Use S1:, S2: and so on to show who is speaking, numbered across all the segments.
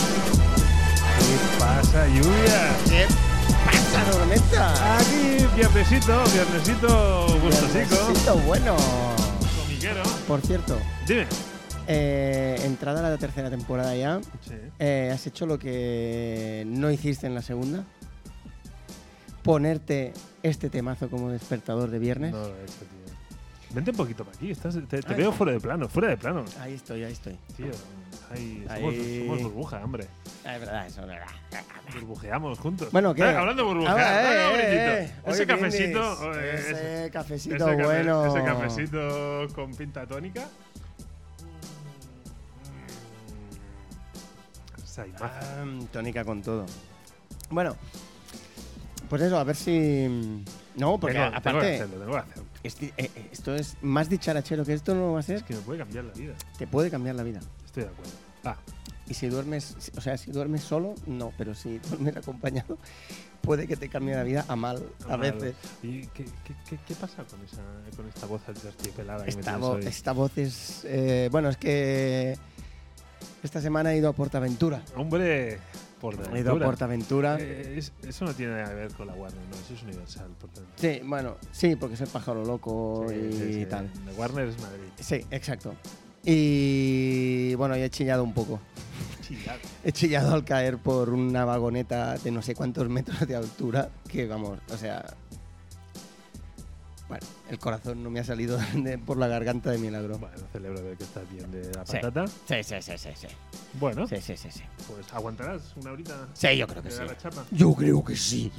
S1: ¿Qué pasa, lluvia?
S2: ¿Qué pasa, tormenta?
S1: Aquí, viernesito, viernesito, gustosico,
S2: Necesito bueno.
S1: comiquero.
S2: Por cierto,
S1: Dime.
S2: eh, entrada a la tercera temporada ya, eh, ¿has hecho lo que no hiciste en la segunda? Ponerte este temazo como despertador de viernes.
S1: No lo he hecho, tío. Vente un poquito para aquí, estás, te, te veo fuera de plano, fuera de plano,
S2: Ahí estoy, ahí estoy.
S1: tío. Ay, somos,
S2: Ahí.
S1: somos burbuja, hombre.
S2: Ah, Es verdad, eso es verdad.
S1: Burbujeamos juntos.
S2: Bueno, ¿qué?
S1: Eh, hablando de burbuja,
S2: Ah,
S1: dale,
S2: eh,
S1: abrillito.
S2: eh, eh.
S1: ese
S2: Oye,
S1: cafecito.
S2: brindis.
S1: eh,
S2: Ese cafecito
S1: ese cafe-
S2: bueno.
S1: Ese cafecito con pinta tónica. Esa imagen.
S2: Mm, tónica con todo. Bueno, pues eso, a ver si. No, porque
S1: Tengo- tengo que
S2: aparte.
S1: hacerlo, tengo que hacerlo.
S2: este- eh, eh, esto es más dicharachero que esto no va a
S1: Es
S2: ser.
S1: que me puede cambiar la vida.
S2: Te puede cambiar la vida.
S1: Estoy de acuerdo. Ah,
S2: Y si duermes, si- o sea, si duermes solo, no, pero si duermes acompañado, puede que te cambie la vida a mal, a
S1: mal.
S2: veces.
S1: ¿Y qué, qué, qué, qué pasa con, esa, con esta voz terciopelada que me
S2: Esta,
S1: tienes
S2: vo-
S1: hoy?
S2: esta voz es. eh, bueno, es que. Esta semana he ido a Portaventura.
S1: Hombre, por
S2: He ido a
S1: Ventura.
S2: Portaventura.
S1: Eh, es- eso no tiene nada que ver con la Warner, no, eso es Universal, por tanto.
S2: Sí, bueno, sí, porque es el pájaro loco
S1: Sí,
S2: y
S1: sí, sí.
S2: tal.
S1: La Warner es Madrid.
S2: Sí, exacto. Y bueno, ya he chillado un poco.
S1: Chillado.
S2: He chillado al caer por una vagoneta de no sé cuántos metros de altura, que vamos, o sea... Bueno, el corazón no me ha salido de- por la garganta de milagro.
S1: Bueno, celebro de que estás bien de la
S2: Sí.
S1: patata.
S2: Sí, sí, sí, sí, sí.
S1: Bueno,
S2: Sí, sí, sí, sí.
S1: pues aguantarás una horita.
S2: Sí, yo creo que
S1: de
S2: sí.
S1: la chapa.
S2: Yo creo que sí.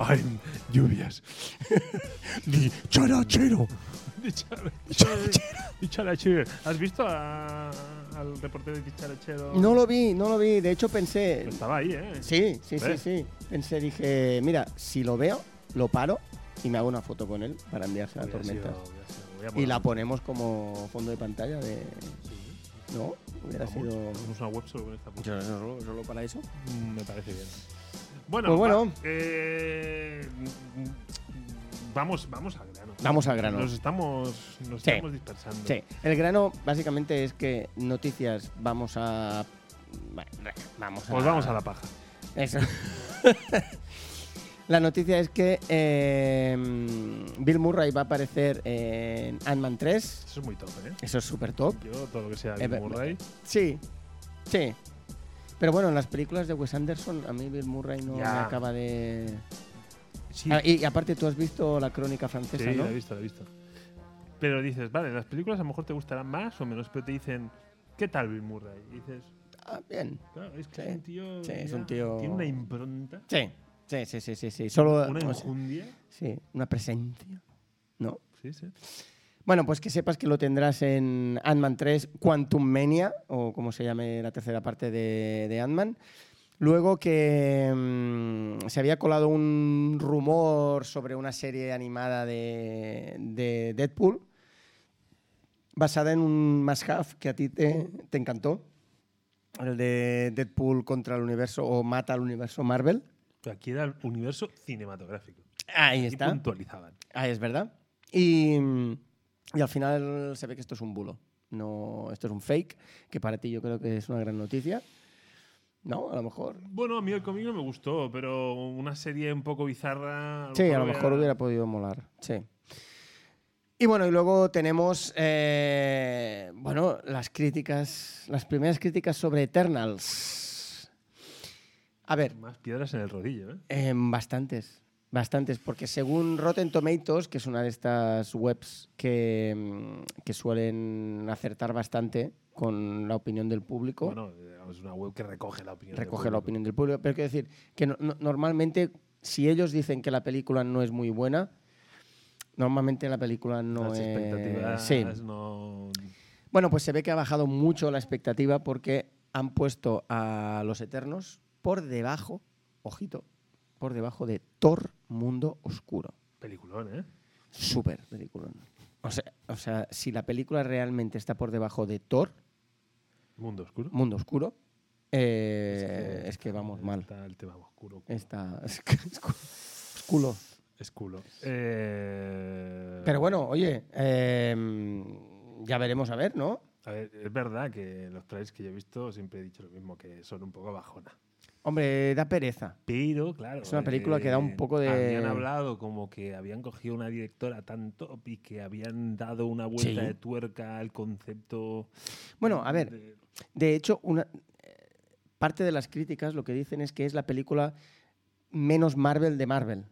S1: Ay, lluvias.
S2: Charachero.
S1: Dicharachero. ¿Has visto a- al reportero de Dicharachero?
S2: No lo vi, no lo vi. De hecho pensé...
S1: Estaba ahí, ¿eh?
S2: Sí, sí, sí,
S1: ¿Ves?
S2: sí. Pensé, dije, mira, si lo veo, lo paro y me hago una foto con él para enviarse a
S1: Hubiera sido-
S2: Tormentas.
S1: hubiera sido- hubiera
S2: Y la
S1: molado.
S2: ponemos como fondo de pantalla de...
S1: Sí.
S2: No, hubiera
S1: Vamos,
S2: sido...
S1: hacemos una web solo con esta puta.
S2: solo, para eso.
S1: Mm, Me parece bien. Bueno,
S2: Pues bueno.
S1: va- eh, mm, mm, vamos, vamos al grano.
S2: Vamos al grano.
S1: Nos estamos, nos
S2: Sí.
S1: estamos dispersando.
S2: Sí, el grano básicamente es que noticias vamos a... Bueno, re- vamos a...
S1: Pues vamos a la paja.
S2: Eso. la noticia es que eh, Bill Murray va a aparecer en Ant-Man 3.
S1: Eso es muy top, ¿eh?
S2: Eso es súper top.
S1: Yo, todo lo que sea
S2: Eh,
S1: Bill
S2: ve-
S1: Murray.
S2: Sí, sí. Pero bueno, en las películas de Wes Anderson, a mí Bill Murray no
S1: Ya.
S2: me acaba de.
S1: Sí,
S2: Ah, y, y aparte, tú has visto la crónica francesa,
S1: sí,
S2: ¿no?
S1: la he visto, la he visto. Pero dices, vale, las películas a lo mejor te gustarán más o menos, pero te dicen, ¿qué tal Bill Murray? Y dices,
S2: Ah, bien.
S1: claro, es que
S2: Sí.
S1: es un tío.
S2: Sí, es
S1: ya
S2: un tío-
S1: Tiene una impronta,
S2: Sí, sí, sí, sí, sí. sí. Solo.
S1: una
S2: o sea,
S1: enjundia.
S2: sí, una presencia. ¿No?
S1: Sí, sí.
S2: Bueno, pues que sepas que lo tendrás en Ant-Man 3, Quantum Mania, o como se llame la tercera parte de, de Ant-Man. Luego que mm, se había colado un rumor sobre una serie animada de, de Deadpool, basada en un must-have que a ti te, te encantó, el de Deadpool contra el universo o mata al universo Marvel.
S1: Pero aquí era el universo cinematográfico.
S2: Ahí
S1: Y
S2: está.
S1: puntualizaban.
S2: Ah, es verdad. Y, y al final se ve que esto es un bulo. No, esto es un fake, que para ti yo creo que es una gran noticia. No, a lo mejor.
S1: Bueno, a mí el cómic no me gustó, pero una serie un poco bizarra.
S2: Sí, a lo mejor hubiera podido molar. Sí. Y bueno, y luego tenemos eh, bueno, las críticas, las primeras críticas sobre Eternals. A ver,
S1: Más piedras en el rodillo, ¿eh?
S2: Em, bastantes, bastantes, porque según Rotten Tomatoes, que es una de estas webs que, mm, que suelen acertar bastante con la opinión del público,
S1: Bueno, digamos, es una web que recoge la opinión. del
S2: recoge la
S1: público.
S2: opinión del público, pero quiero decir que no- no- normalmente si ellos dicen que la película no es muy buena, Normalmente la película no
S1: Las
S2: es...
S1: expectativas
S2: Sí.
S1: no...
S2: Bueno, pues se ve que ha bajado mucho la expectativa porque han puesto a los Eternos por debajo, ojito, por debajo de Thor Mundo Oscuro.
S1: Peliculón, ¿eh?
S2: Súper película. O sea, o sea, si la película realmente está por debajo de Thor
S1: Mundo oscuro.
S2: Mundo Oscuro, eh, es que vamos mal. Eh.
S1: Está el tema oscuro. culo.
S2: Está... Es que es cu- es culo.
S1: Es culo. Eh,
S2: Pero bueno, oye, eh, ya veremos a ver, ¿no?
S1: A ver, es verdad que los trailers que yo he visto siempre he dicho lo mismo, que son un poco bajona.
S2: Hombre, da pereza.
S1: Pero, claro. eh,
S2: Es una película que da un poco de-
S1: Habían hablado como que habían cogido una directora tan top y que habían dado una vuelta
S2: Sí.
S1: de tuerca al concepto.
S2: Bueno, a ver,
S1: de-
S2: De hecho, una, eh, parte de las críticas lo que dicen es que es la película menos Marvel de Marvel.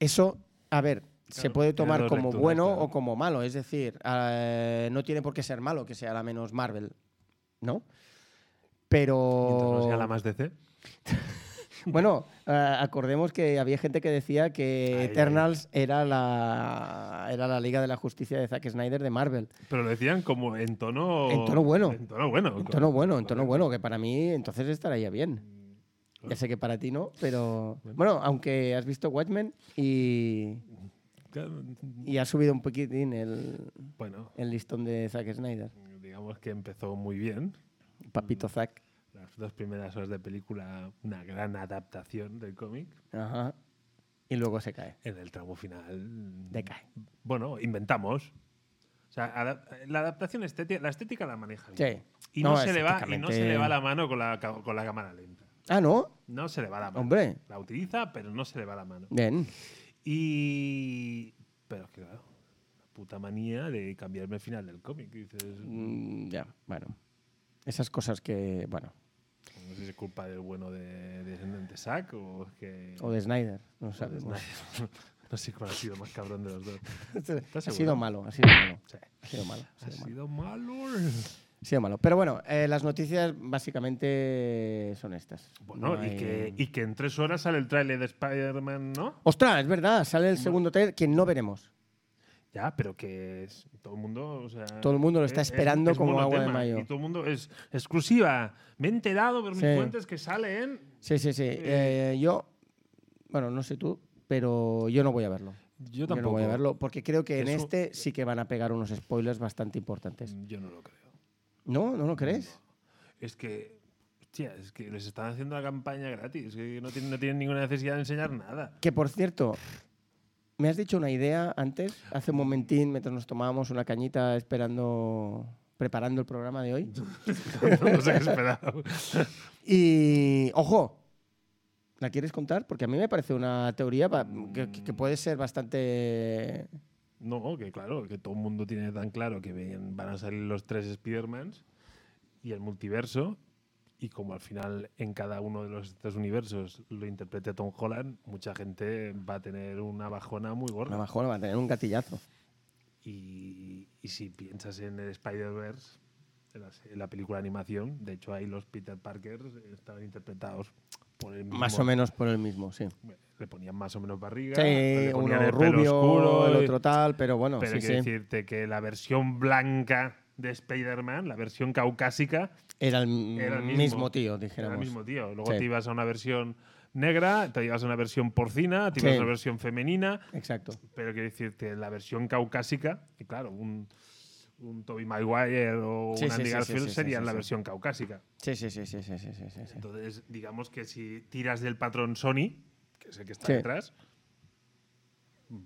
S2: Eso, a ver, se
S1: Claro,
S2: puede
S1: tiene
S2: tomar
S1: dos
S2: como
S1: lecturas,
S2: bueno
S1: claro.
S2: o como malo. Es decir, eh, no tiene por qué ser malo que sea la menos Marvel, ¿no?
S1: mientras
S2: Pero.
S1: no sea la más DC.
S2: Bueno, eh, acordemos que había gente que decía que
S1: Ay, ay.
S2: Eternals Era, la, era la Liga de la Justicia de Zack Snyder de Marvel.
S1: Pero lo decían como en tono.
S2: En tono bueno.
S1: En tono bueno.
S2: En tono
S1: pues,
S2: bueno, en tono bueno, que para mí entonces estaría bien. Ya sé que para ti no, pero bueno, aunque has visto Watchmen y,
S1: Claro,
S2: y has subido un poquitín el,
S1: Bueno,
S2: el listón de Zack Snyder,
S1: digamos que empezó muy bien.
S2: papito Zack.
S1: Las dos primeras horas de película, una gran adaptación del cómic.
S2: Ajá. Y luego se cae,
S1: En el tramo final. mm,
S2: decae.
S1: Bueno, inventamos. O sea, ada- la adaptación estética, la estética la maneja. bien.
S2: Sí.
S1: Y no,
S2: No,
S1: se le va, y no se
S2: estéticamente-
S1: le va la mano con la, ca- con la cámara lenta.
S2: Ah, ¿no?
S1: No se le va la mano.
S2: Hombre.
S1: La utiliza, pero no se le va la mano.
S2: Bien.
S1: Y. Pero es que, claro, la puta manía de cambiarme el final del cómic. y Dices,
S2: Mm, ya, bueno. Esas cosas que, bueno,
S1: no sé si es culpa del bueno de, de, de Zack o es que.
S2: o de Snyder, no
S1: o de
S2: sabemos.
S1: Snyder. no sé cuál ha sido más cabrón de los dos.
S2: Ha
S1: ¿Estás
S2: sido
S1: seguro?
S2: malo, ha sido malo.
S1: Sí.
S2: Ha sido malo. Ha
S1: Ha
S2: sido malo.
S1: sido malo.
S2: Ha sido malo. Pero bueno, eh, las noticias básicamente son estas.
S1: Bueno,
S2: No
S1: y,
S2: hay-
S1: que, y que en tres horas sale el tráiler de Spider-Man, ¿no?
S2: Ostras, es verdad, sale el segundo trailer que no veremos.
S1: Ya, pero que es- todo el mundo. o sea,
S2: Todo el mundo lo está
S1: es- es-
S2: esperando
S1: es
S2: como agua de
S1: monotema,
S2: mayo.
S1: Y todo el mundo es exclusiva. Me he enterado por mis
S2: Sí.
S1: fuentes que sale en.
S2: Sí, sí, sí.
S1: Eh,
S2: Eh, yo, bueno, no sé tú, pero yo no voy a verlo.
S1: Yo
S2: no voy a verlo porque creo que en
S1: Eso-
S2: este sí que van a pegar unos spoilers bastante importantes.
S1: Yo no lo creo.
S2: ¿No? ¿No lo crees?
S1: Es que. Hostia, es que les están haciendo la campaña gratis. Que no tienen, no tienen ninguna necesidad de enseñar nada.
S2: Que por cierto, me has dicho una idea antes, hace un momentín, mientras nos tomábamos una cañita esperando, preparando el programa de hoy.
S1: no sé qué esperar.
S2: Y, ojo, ¿la quieres contar? Porque a mí me parece una teoría pa- que, que- que puede ser bastante...
S1: No, que claro, que todo el mundo tiene tan claro que ven- van a salir los tres Spider-Mans y el multiverso. Y como al final en cada uno de los tres universos lo interprete Tom Holland, mucha gente va a tener una bajona muy
S2: A lo
S1: gorda.
S2: mejor va a tener un gatillazo.
S1: Y, y si piensas en el Spider-Verse, en la, se- en la película de animación, de hecho ahí los Peter Parker estaban interpretados por el mismo-
S2: Más o menos por el mismo, sí.
S1: Le ponían más o menos barriga.
S2: Sí,
S1: le ponían
S2: uno
S1: el pelo
S2: rubio,
S1: oscuro
S2: el
S1: y-
S2: otro tal, pero bueno,
S1: Pero
S2: sí,
S1: hay que
S2: sí.
S1: decirte que la versión blanca de Spider-Man, la versión caucásica,
S2: Era el,
S1: era el
S2: mismo,
S1: mismo,
S2: tío,
S1: Era
S2: dijéramos.
S1: el mismo tío. Luego
S2: Sí.
S1: te ibas a una versión negra, te ibas a una versión porcina, te ibas
S2: Sí.
S1: a una versión femenina.
S2: Exacto.
S1: Pero quiero decirte, la versión caucásica, y claro, un, un Tobey Maguire o
S2: Sí,
S1: un
S2: sí,
S1: Andy
S2: sí, sí,
S1: Garfield
S2: sí, sí,
S1: serían
S2: sí,
S1: la
S2: sí.
S1: versión caucásica.
S2: Sí, sí, sí, sí, sí, sí, sí, sí, sí.
S1: Entonces, digamos que si tiras del patrón Sony, que es el que está
S2: Sí.
S1: detrás,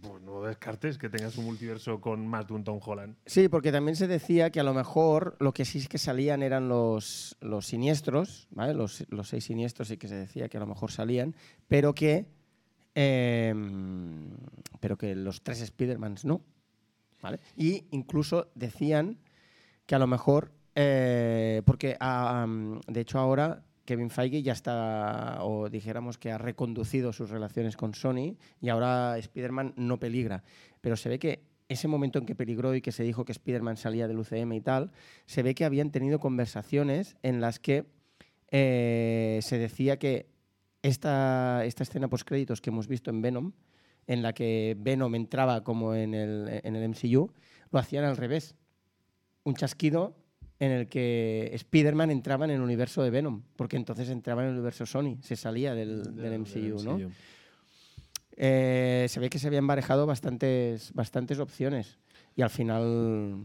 S1: pues no descartes que tengas un multiverso con más de un Tom Holland.
S2: Sí, porque también se decía que a lo mejor lo que sí es que salían eran los, los siniestros, ¿vale? Los, los seis siniestros sí que se decía que a lo mejor salían, pero que, eh, pero que los tres Spider-Mans no. ¿vale? Y incluso decían que a lo mejor, eh, porque ah, am, de hecho ahora Kevin Feige ya está, o dijéramos que ha reconducido sus relaciones con Sony y ahora Spider-Man no peligra. Pero se ve que ese momento en que peligró y que se dijo que Spider-Man salía del UCM y tal, se ve que habían tenido conversaciones en las que eh, se decía que esta, esta escena post-créditos que hemos visto en Venom en la que Venom entraba como en el, en el MCU, lo hacían al revés. Un chasquido en el que Spider-Man entraba en el universo de Venom, porque entonces entraba en el universo Sony, se salía del, del MCU, ¿no? Eh, se ve que se habían barajado bastantes, bastantes opciones y al final...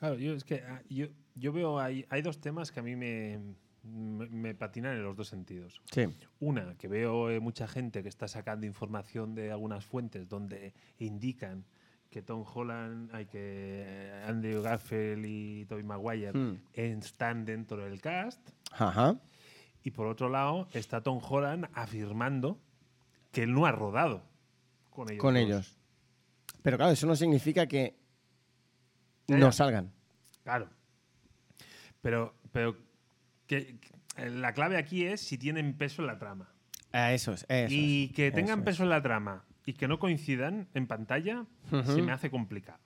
S1: Claro, yo es que ah, yo, yo veo hay, hay dos temas que a mí me, me- me patinan en los dos sentidos.
S2: Sí.
S1: Una, que veo eh, mucha gente que está sacando información de algunas fuentes donde indican que Tom Holland, ay, que Andrew Garfield y Tobey Maguire
S2: Hmm.
S1: están dentro del cast.
S2: Ajá.
S1: Y por otro lado, está Tom Holland afirmando que él no ha rodado con ellos.
S2: Con
S1: dos.
S2: ellos. Pero claro, eso no significa que
S1: Ya,
S2: no
S1: ya.
S2: salgan.
S1: Claro. Pero, pero que, que- la clave aquí es si tienen peso en la trama.
S2: Ah, eso es. eso
S1: y
S2: es,
S1: que
S2: eso
S1: tengan
S2: es.
S1: peso en la trama y que no coincidan en pantalla se me hace complicado.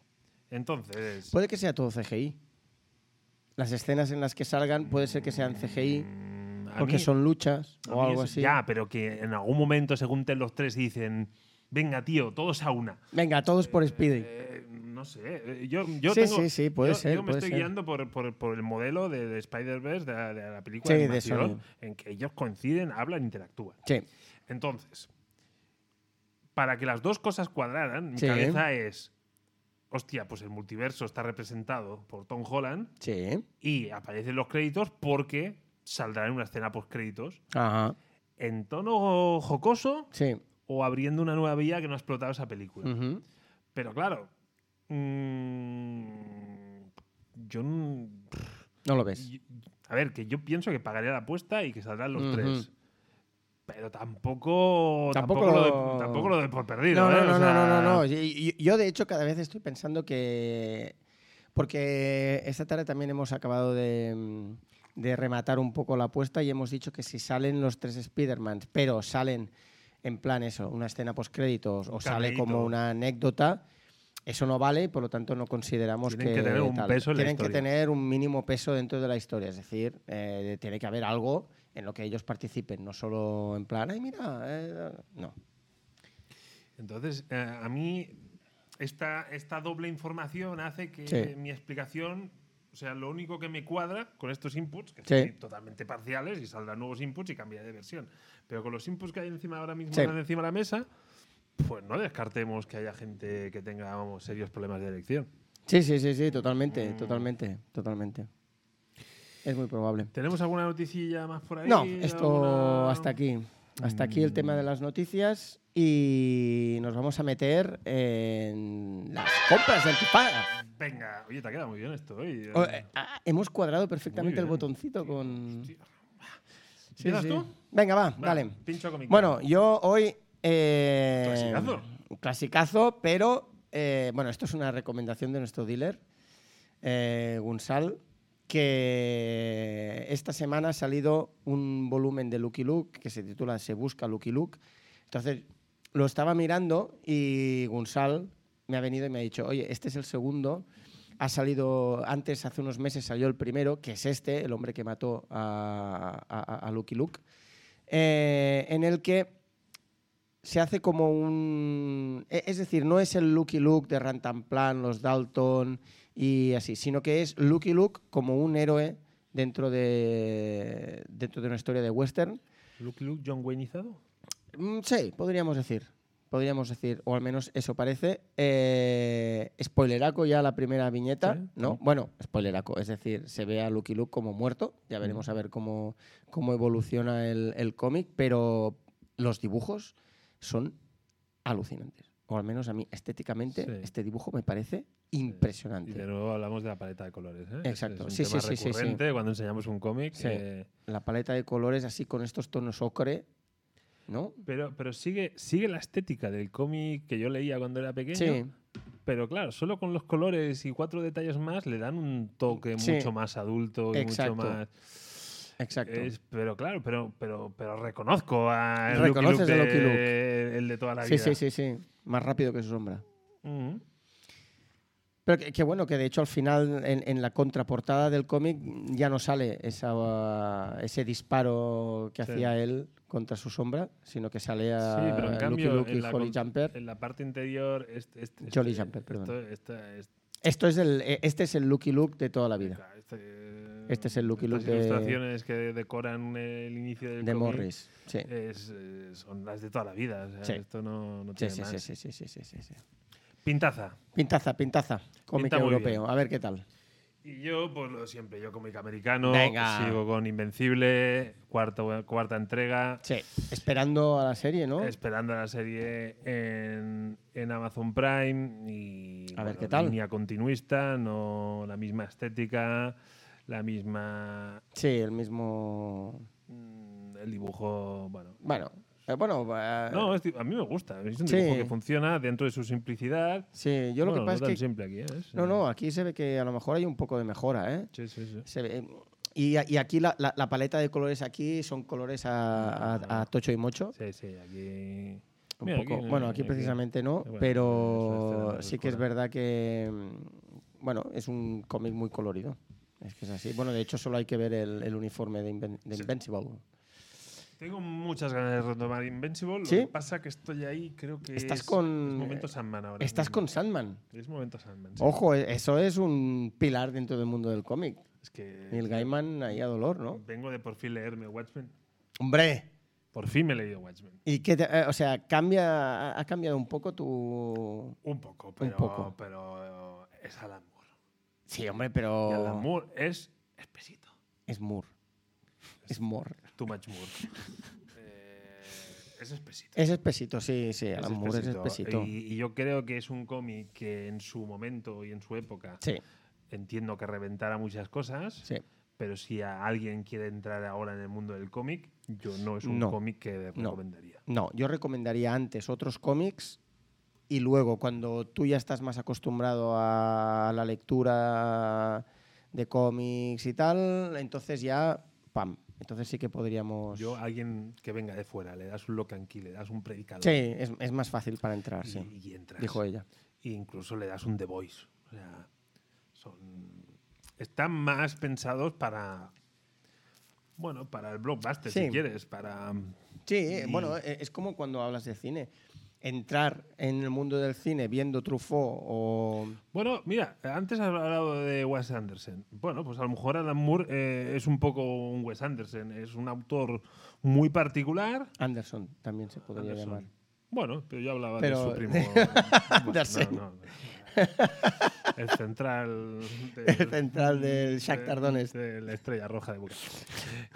S1: Entonces,
S2: Puede que sea todo CGI. Las escenas en las que salgan puede ser que sean CGI
S1: mm, a
S2: porque
S1: mí-
S2: son luchas
S1: a
S2: o
S1: mí
S2: algo
S1: eso-
S2: así.
S1: Ya, pero que en algún momento se junten los tres y dicen, venga tío, todos a una.
S2: Venga, todos por Speedy.
S1: Eh, no sé, eh, yo, yo
S2: Sí,
S1: tengo-
S2: sí, sí, puede
S1: yo-
S2: ser,
S1: yo me
S2: puede
S1: estoy
S2: ser.
S1: guiando por, por- por el modelo de, de Spider-Verse, de, la- de la película
S2: Sí,
S1: de
S2: de
S1: animación,
S2: Sony.
S1: en que ellos coinciden, hablan, interactúan.
S2: Sí.
S1: Entonces, para que las dos cosas cuadraran, mi
S2: Sí.
S1: cabeza es, hostia, pues el multiverso está representado por Tom Holland
S2: Sí.
S1: y aparecen los créditos porque saldrá en una escena post créditos
S2: Ajá.
S1: en tono jocoso
S2: Sí.
S1: o abriendo una nueva vía que no ha explotado esa película.
S2: Ujú.
S1: Pero claro, mm, yo n- pff,
S2: No lo ves.
S1: y- a ver, que yo pienso que pagaré la apuesta y que saldrán los
S2: Ujú.
S1: tres. Pero tampoco tampoco,
S2: Tampoco
S1: lo...
S2: lo-
S1: doy- tampoco lo doy por perdido.
S2: No,
S1: ¿eh?
S2: no,
S1: O
S2: no, no,
S1: sea,
S2: no, no, no. Yo, yo- yo, de hecho cada vez estoy pensando que... Porque esta tarde también hemos acabado de, mm, de rematar un poco la apuesta y hemos dicho que si salen los tres Spider-Man, pero salen en plan eso, una escena post-créditos o
S1: Un
S2: sale
S1: cameíto.
S2: como una anécdota, eso no vale y por lo tanto no consideramos
S1: Tienen
S2: que...
S1: que tener un
S2: tal.
S1: peso en la
S2: Tienen que
S1: historia.
S2: tener un mínimo peso dentro de la historia, es decir, eh, tiene que haber algo en lo que ellos participen, no solo en plan, ay, mira, eh, no.
S1: Entonces, eh, a mí esta, esta doble información hace que
S2: Sí.
S1: mi explicación, o sea, lo único que me cuadra con estos inputs, que
S2: Sí.
S1: son totalmente parciales y saldrán nuevos inputs y cambiaré de versión, pero con los inputs que hay encima ahora mismo
S2: Sí.
S1: encima de la mesa, pues no descartemos que haya gente que tenga vamos, serios problemas de elección.
S2: Sí, sí, sí, sí, totalmente, totalmente, totalmente. Es muy probable.
S1: ¿Tenemos alguna noticilla más por ahí?
S2: No, esto
S1: ¿Alguna-
S2: hasta aquí. Hasta aquí el tema de las noticias y nos vamos a meter en las compras de antipaga.
S1: Venga, oye, te ha quedado muy bien esto. hoy.
S2: O- eh, ah, hemos cuadrado perfectamente el
S1: bien.
S2: botoncito con...
S1: Hostia.
S2: Sí,
S1: ¿Empiezas
S2: sí.
S1: tú?
S2: Venga, va,
S1: Va,
S2: dale.
S1: Pincho con mi
S2: Bueno, yo hoy... eh,
S1: Clasicazo.
S2: Clasicazo, pero... eh, bueno, esto es una recomendación de nuestro dealer, eh, Gunsal, que esta semana ha salido un volumen de Lucky Luke que se titula Se busca Lucky Luke. Entonces, lo estaba mirando y Gunsal me ha venido y me ha dicho, oye, este es el segundo. Ha salido antes, hace unos meses salió el primero, que es este, el hombre que mató a, a- a Lucky Luke, eh, en el que se hace como un... e- Es decir, no es el Lucky Luke de Rantanplan, los Dalton y así, sino que es Lucky Luke como un héroe dentro de, dentro de una historia de western.
S1: Luke Luke John Wayneizado.
S2: Mm, Sí, podríamos decir. Podríamos decir, o al menos eso parece. Eh, spoileraco ya la primera viñeta,
S1: Sí,
S2: ¿no?
S1: sí.
S2: Bueno, spoileraco, es decir, se ve a Lucky Luke como muerto. Ya
S1: Mm.
S2: veremos a ver cómo, cómo evoluciona el, el cómic, pero los dibujos son alucinantes. O al menos a mí, estéticamente,
S1: Sí.
S2: este dibujo me parece
S1: Y de
S2: impresionante.
S1: nuevo hablamos de la paleta de colores. ¿eh?
S2: Exacto.
S1: Ese
S2: Sí,
S1: Es un tema
S2: sí, sí, sí, sí.
S1: recurrente cuando enseñamos un cómic.
S2: Sí.
S1: eh,
S2: La paleta de colores así con estos tonos ocre, ¿no?
S1: pero pero sigue, sigue la estética del cómic que yo leía cuando era pequeño.
S2: Sí,
S1: Pero claro, solo con los colores y cuatro detalles más le dan un toque
S2: Sí.
S1: mucho más adulto y
S2: Exacto.
S1: mucho más.
S2: exacto.
S1: Es- pero claro, pero, pero, pero reconozco a
S2: Reconoces
S1: Lucky
S2: a
S1: Luke
S2: Lucky
S1: de-
S2: Luke.
S1: el de toda la
S2: Sí,
S1: vida.
S2: sí, sí, sí. Más rápido que su sombra.
S1: Ujú.
S2: Pero que, que bueno, que de hecho al final en, en la contraportada del cómic ya no sale esa, uh, ese disparo que
S1: Sí.
S2: hacía él contra su sombra, sino que sale a
S1: Sí, pero en cambio,
S2: Lucky
S1: en,
S2: Lucky
S1: la
S2: Holy
S1: con-
S2: Jumper.
S1: en la parte interior. Este, este-
S2: Jolly
S1: este-
S2: Jumper, perdón.
S1: esto- esta- es-
S2: Esto es el, eh, este es el Lucky Luke de toda la vida,
S1: claro, este,
S2: Este es el Lucky
S1: estas
S2: Luke de-
S1: ilustraciones que decoran el inicio del
S2: de
S1: cómic
S2: Morris. Sí.
S1: es, eh, son las de toda la vida. o sea,
S2: Sí.
S1: Esto no, no
S2: Sí,
S1: tiene
S2: sí,
S1: más.
S2: sí, sí, sí, sí, sí, sí, sí.
S1: Pintaza.
S2: Pintaza, pintaza. Cómic
S1: Pinta muy
S2: europeo. A ver qué tal.
S1: Y yo, pues lo siempre, yo cómic americano,
S2: Venga.
S1: sigo con Invencible, cuarto, cuarta entrega,
S2: Sí. Esperando a la serie, ¿no?
S1: esperando la serie en, en Amazon Prime y
S2: A ver qué tal.
S1: línea continuista, no la misma estética, la misma
S2: Sí, el mismo.
S1: mm, el dibujo, bueno.
S2: Bueno, eh, bueno. eh,
S1: No, es di- a mí me gusta, es un
S2: Sí.
S1: dibujo que funciona dentro de su simplicidad.
S2: sí, yo
S1: Bueno,
S2: lo que
S1: no
S2: pasa
S1: tan
S2: es que.
S1: simple aquí, ¿eh?
S2: No, no, aquí se ve que a lo mejor hay un poco de mejora, ¿eh?
S1: Sí, sí, sí.
S2: Se ve- y, y aquí la, la- la paleta de colores aquí son colores a, a- a tocho y mocho.
S1: Ah, Sí, sí, aquí.
S2: Un
S1: Mira,
S2: poco- bueno, aquí precisamente
S1: Bueno, eh,
S2: no,
S1: es una
S2: pero
S1: escena
S2: sí que es
S1: oscura.
S2: verdad que, mm, bueno, es un cómic muy colorido. Es que es así. Bueno, de hecho solo hay que ver el, el uniforme de, Inven- de Invincible.
S1: Tengo muchas ganas de retomar Invincible.
S2: ¿Sí?
S1: Lo que pasa que estoy ahí, creo que
S2: Estás
S1: es,
S2: con-
S1: es momento Sandman ahora.
S2: Estás
S1: mismo.
S2: con Sandman.
S1: Es momento Sandman. sí.
S2: Ojo, e- eso es un pilar dentro del mundo del cómic.
S1: Es que
S2: Neil Gaiman ahí a dolor, ¿no?
S1: vengo de por fin leerme Watchmen.
S2: Hombre.
S1: Por fin me he leído Watchmen.
S2: Y que, o sea, cambia, ha- ha cambiado un poco tu.
S1: Un poco, pero,
S2: poco.
S1: pero es Alan Moore.
S2: Sí, hombre,
S1: Y Alan
S2: pero
S1: Moore es espesito.
S2: es Moore. Es Moore.
S1: Too much Moore. Eh, es espesito.
S2: Es espesito, sí, sí.
S1: Es
S2: Alan Moore Eh, es espesito.
S1: Y, y yo creo que es un cómic que en su momento y en su época
S2: Sí,
S1: entiendo que reventara muchas cosas.
S2: sí.
S1: Pero si a alguien quiere entrar ahora en el mundo del cómic, yo no es un
S2: No.
S1: cómic que
S2: No.
S1: recomendaría.
S2: No, yo recomendaría antes otros cómics y luego, cuando tú ya estás más acostumbrado a la lectura de cómics y tal, entonces ya, pam. Entonces sí que podríamos.
S1: Yo a alguien que venga de fuera, le das un Locan Key, le das un predicador
S2: Sí, es, es más fácil para entrar,
S1: y,
S2: sí.
S1: y entras.
S2: Dijo ella.
S1: Y incluso le das un The Voice. O sea, son están más pensados para bueno, para el blockbuster
S2: Sí.
S1: si quieres, para
S2: Sí, eh,
S1: Y-
S2: bueno, eh, es como cuando hablas de cine. Entrar en el mundo del cine viendo Truffaut o...
S1: Bueno, mira, antes has hablado de Wes Anderson. Bueno, pues a lo mejor Alan Moore eh, es un poco un Wes Anderson, es un autor muy particular.
S2: Anderson también se podría
S1: Anderson.
S2: llamar.
S1: Bueno, pero yo hablaba de
S2: Pero-
S1: su primo.
S2: Andersen.
S1: no, no, no. El central. del-
S2: El central del Shakhtar
S1: de-
S2: Donetsk.
S1: De la estrella roja de Boca.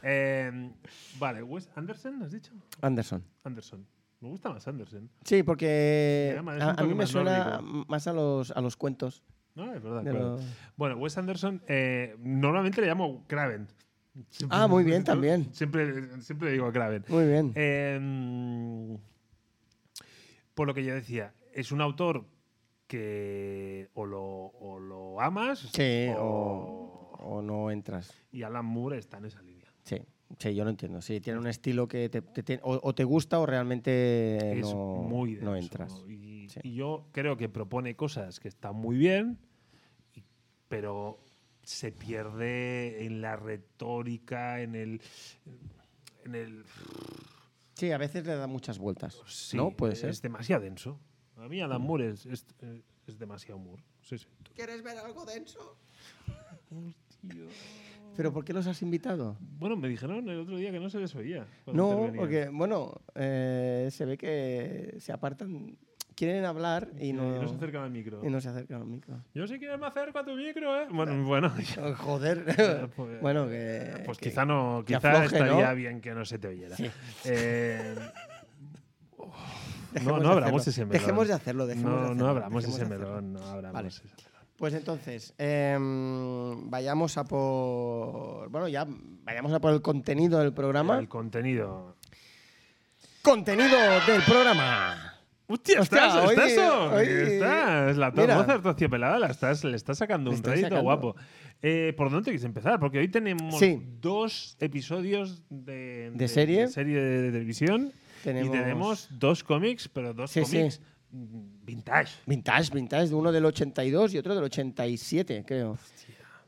S1: Eh, vale, Wes Anderson, ¿has dicho?
S2: Anderson.
S1: Anderson. Me gusta más Anderson.
S2: Sí, porque
S1: Me llama, es
S2: a,
S1: un
S2: a mí
S1: toque
S2: me
S1: más
S2: suena más a los, a los cuentos.
S1: No, es verdad.
S2: de
S1: claro.
S2: los-
S1: Bueno, Wes Anderson, eh, normalmente le llamo Craven. Siempre-
S2: Ah, muy bien, también.
S1: Siempre, siempre le digo Craven.
S2: Muy bien.
S1: Eh, por lo que yo decía, es un autor que o lo, o lo amas
S2: sí, o,
S1: o-
S2: o no entras.
S1: y Alan Moore está en esa línea.
S2: Sí, sí, yo lo entiendo. Sí, tiene un estilo que te, te- te- o, o te gusta o realmente
S1: es
S2: no,
S1: muy
S2: no
S1: denso,
S2: entras.
S1: ¿no? Y,
S2: Sí.
S1: y yo creo que propone cosas que están muy bien, y- pero se pierde en la retórica, en el en el
S2: Sí, a veces le da muchas vueltas.
S1: sí,
S2: ¿No? Puede ser. Mm.
S1: Es demasiado denso. A mí Alan Moore es, es, eh, es demasiado Moore. Sí, sí.
S2: ¿Quieres ver algo denso? ¿Pero por qué los has invitado?
S1: Bueno, me dijeron el otro día que no se les oía. cuando
S2: No,
S1: intervenían.
S2: porque, bueno, eh, se ve que se apartan, quieren hablar y no,
S1: se acercan al micro.
S2: y no se acercan al micro.
S1: Yo si quieres me acerco a tu micro, ¿eh? Bueno, bueno.
S2: Oh, Joder.
S1: pues-
S2: bueno, que...
S1: Pues
S2: que-
S1: quizá no,
S2: que
S1: quizá
S2: afloje,
S1: estaría
S2: ¿no?
S1: bien que no se te oyera.
S2: Sí.
S1: Eh, no,
S2: dejemos
S1: no
S2: de
S1: abramos
S2: hacerlo.
S1: ese melón.
S2: Dejemos de hacerlo, dejemos de
S1: no,
S2: hacerlo.
S1: no abramos
S2: dejemos
S1: ese
S2: de hacerlo.
S1: melón, no abramos
S2: Vale.
S1: ese melón.
S2: Pues entonces, em, vayamos a por... Bueno, ya vayamos a por el contenido del programa.
S1: El contenido.
S2: ¡Contenido del programa!
S1: ¡Hostia,
S2: Hostia,
S1: estás!
S2: hoy-
S1: ¡Estás! oh,
S2: hoy-
S1: estás la
S2: mira.
S1: voz terciopelada la estás, le estás sacando un
S2: Le estoy
S1: rédito
S2: sacando.
S1: guapo. Eh, ¿Por dónde quieres empezar? Porque hoy tenemos
S2: Sí.
S1: dos episodios de,
S2: serie?
S1: de serie de televisión
S2: Tenemos-
S1: y tenemos dos cómics, pero dos
S2: Sí, sí.
S1: cómics Vintage.
S2: Vintage, vintage, uno del 82 y otro del 87, creo.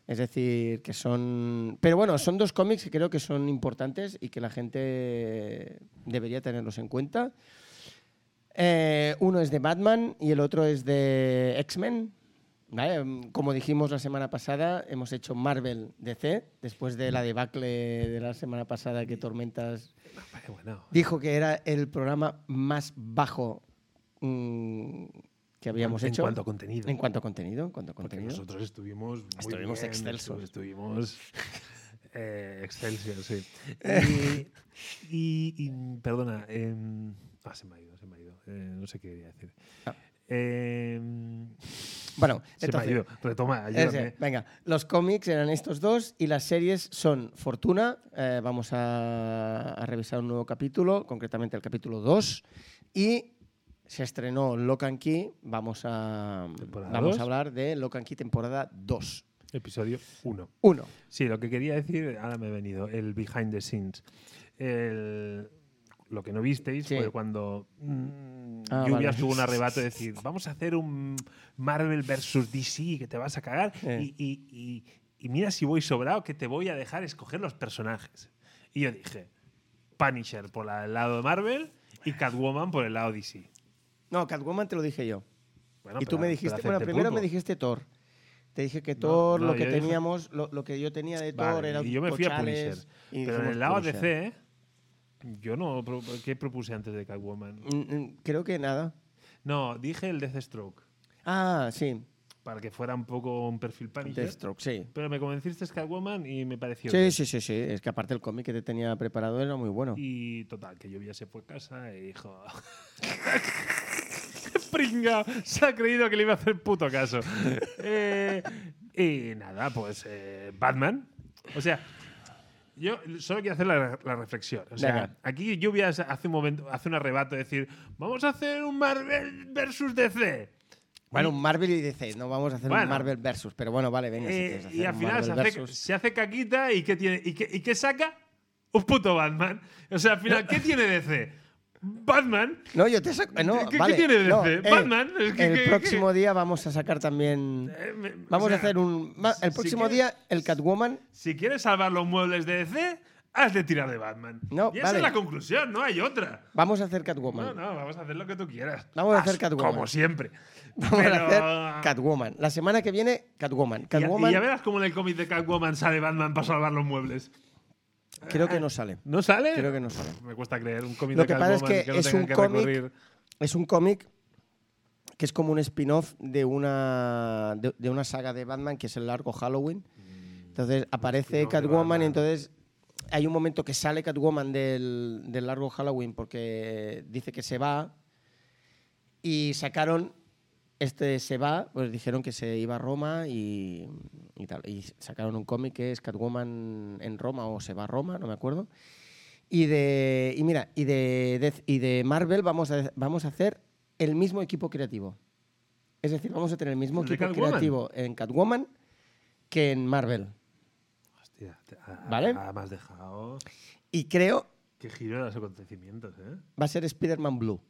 S2: Es decir, que son... Pero bueno, son dos cómics que creo que son importantes y que la gente debería tenerlos en cuenta. Eh, uno es de Batman y el otro es de X-Men. ¿vale? Mm, Como dijimos la semana pasada, hemos hecho Marvel DC, después de la debacle de la semana pasada que Tormentas
S1: Vale, bueno.
S2: dijo que era el programa más bajo mm, que habíamos
S1: en
S2: hecho.
S1: cuanto a contenido.
S2: En cuanto a contenido. En cuanto a
S1: Porque
S2: contenido.
S1: nosotros estuvimos muy
S2: Estuvimos
S1: bien,
S2: excelsos.
S1: Estuvimos eh, excelsior, sí. Y, y- y, perdona, em, ah, se me ha ido, se me ha ido. Eh, no sé qué quería decir.
S2: Ah.
S1: Em,
S2: Bueno,
S1: se me ha
S2: entonces-
S1: ido. Retoma,
S2: Es
S1: ayúdame.
S2: decir, venga, los cómics eran estos dos y las series son Fortuna, eh, vamos a, a revisar un nuevo capítulo, concretamente el capítulo 2, y se estrenó Lock and Key, vamos a,
S1: Temporada
S2: vamos
S1: dos.
S2: a hablar de Lock and Key temporada 2.
S1: Episodio 1.
S2: 1.
S1: Sí, lo que quería decir, ahora me he venido, el behind the scenes. El- lo que no visteis
S2: Sí.
S1: fue cuando mm,
S2: Ah,
S1: Lluvias
S2: vale.
S1: tuvo un arrebato de decir, vamos a hacer un Marvel versus DC que te vas a cagar
S2: Eh.
S1: y, y- y- y mira si voy sobrado que te voy a dejar escoger los personajes. Y yo dije, Punisher por la- el lado de Marvel y Catwoman por el lado DC.
S2: No, Catwoman te lo dije yo.
S1: Bueno,
S2: y tú
S1: pero-
S2: me
S1: pero
S2: dijiste,
S1: hacerte
S2: bueno, primero
S1: pulpo.
S2: me dijiste Thor. Te dije que Thor,
S1: no,
S2: lo que
S1: yo dije-
S2: teníamos, lo, lo que yo tenía de Thor
S1: Vale,
S2: era
S1: y yo me fui a
S2: Cochales,
S1: Punisher. Pero
S2: y
S1: en
S2: dijimos
S1: el lado
S2: Punisher.
S1: DC, yo no. pro- ¿Qué propuse antes de Catwoman?
S2: Mm, mm, Creo que nada.
S1: No, dije el Deathstroke,
S2: Ah, sí,
S1: para que fuera un poco un perfil Punisher.
S2: Deathstroke, sí.
S1: Pero me convenciste Catwoman y me pareció.
S2: Sí,
S1: bien.
S2: sí, sí, sí. Es que aparte el cómic que te tenía preparado era muy bueno.
S1: Y total, que Lluvia se fue a casa y dijo. "Qué Pringa, se ha creído que le iba a hacer puto caso. Eh, y nada, pues eh, Batman. O sea, yo solo quiero hacer la, la reflexión. O sea,
S2: Venga.
S1: aquí Lluvia hace un momento, hace un arrebato de decir, vamos a hacer un Marvel versus DC.
S2: Bueno, un Marvel y DC. No vamos a hacer un
S1: Bueno.
S2: Marvel versus, pero bueno, vale, venga. si
S1: Eh,
S2: quieres hacer
S1: y al
S2: un
S1: final se
S2: Marvel
S1: hace,
S2: versus.
S1: se hace caquita y ¿qué, tiene, y, qué, y qué saca? Un puto Batman. O sea, al final, ¿qué tiene DC? Batman.
S2: No, yo te saco. eh, no,
S1: ¿Qué- qué
S2: vale,
S1: tiene
S2: no,
S1: DC?
S2: eh,
S1: Batman, es que-
S2: el
S1: que-
S2: próximo día vamos a sacar también.
S1: Eh, me- o
S2: Vamos
S1: sea,
S2: a hacer un. ma- El
S1: si
S2: próximo
S1: quieres-
S2: día, el Catwoman.
S1: Si quieres salvar los muebles de DC, has de tirar de Batman.
S2: No,
S1: y esa
S2: vale.
S1: es la conclusión, no hay otra.
S2: Vamos a hacer Catwoman.
S1: No, no, vamos a hacer lo que tú quieras.
S2: Vamos a hacer
S1: Haz
S2: Catwoman.
S1: Como siempre.
S2: Vamos
S1: Pero-
S2: a hacer Catwoman. La semana que viene, Catwoman.
S1: Y ya-
S2: Catwoman
S1: Y ya verás cómo en el cómic de Catwoman sale Batman para salvar los muebles.
S2: creo que no sale.
S1: ¿No sale?
S2: Creo que no sale.
S1: Me cuesta creer un cómic
S2: Lo
S1: de
S2: que pasa
S1: Catwoman
S2: es
S1: que,
S2: que
S1: no
S2: es
S1: tengan
S2: un
S1: que
S2: cómic-
S1: recurrir.
S2: Es un cómic que es como un spin-off de una, de, de una saga de Batman que es el largo Halloween. Entonces
S1: Mm,
S2: aparece
S1: spin-off de
S2: Catwoman y
S1: Batman.
S2: entonces hay un momento que sale Catwoman del, del largo Halloween porque dice que se va y sacaron este se va, pues dijeron que se iba a Roma y, y tal. Y sacaron un cómic que es Catwoman en Roma o se va a Roma, no me acuerdo. Y de y mira, y de, de- y de Marvel vamos a, vamos a hacer el mismo equipo creativo. Es decir, vamos a tener el mismo
S1: ¿El de
S2: equipo
S1: Catwoman?
S2: creativo en Catwoman que en Marvel.
S1: Hostia, te- ah,
S2: ¿Vale?
S1: ah, me has dejado.
S2: Y creo
S1: Qué giro de los acontecimientos, ¿eh?
S2: va a ser Spider-Man Blue.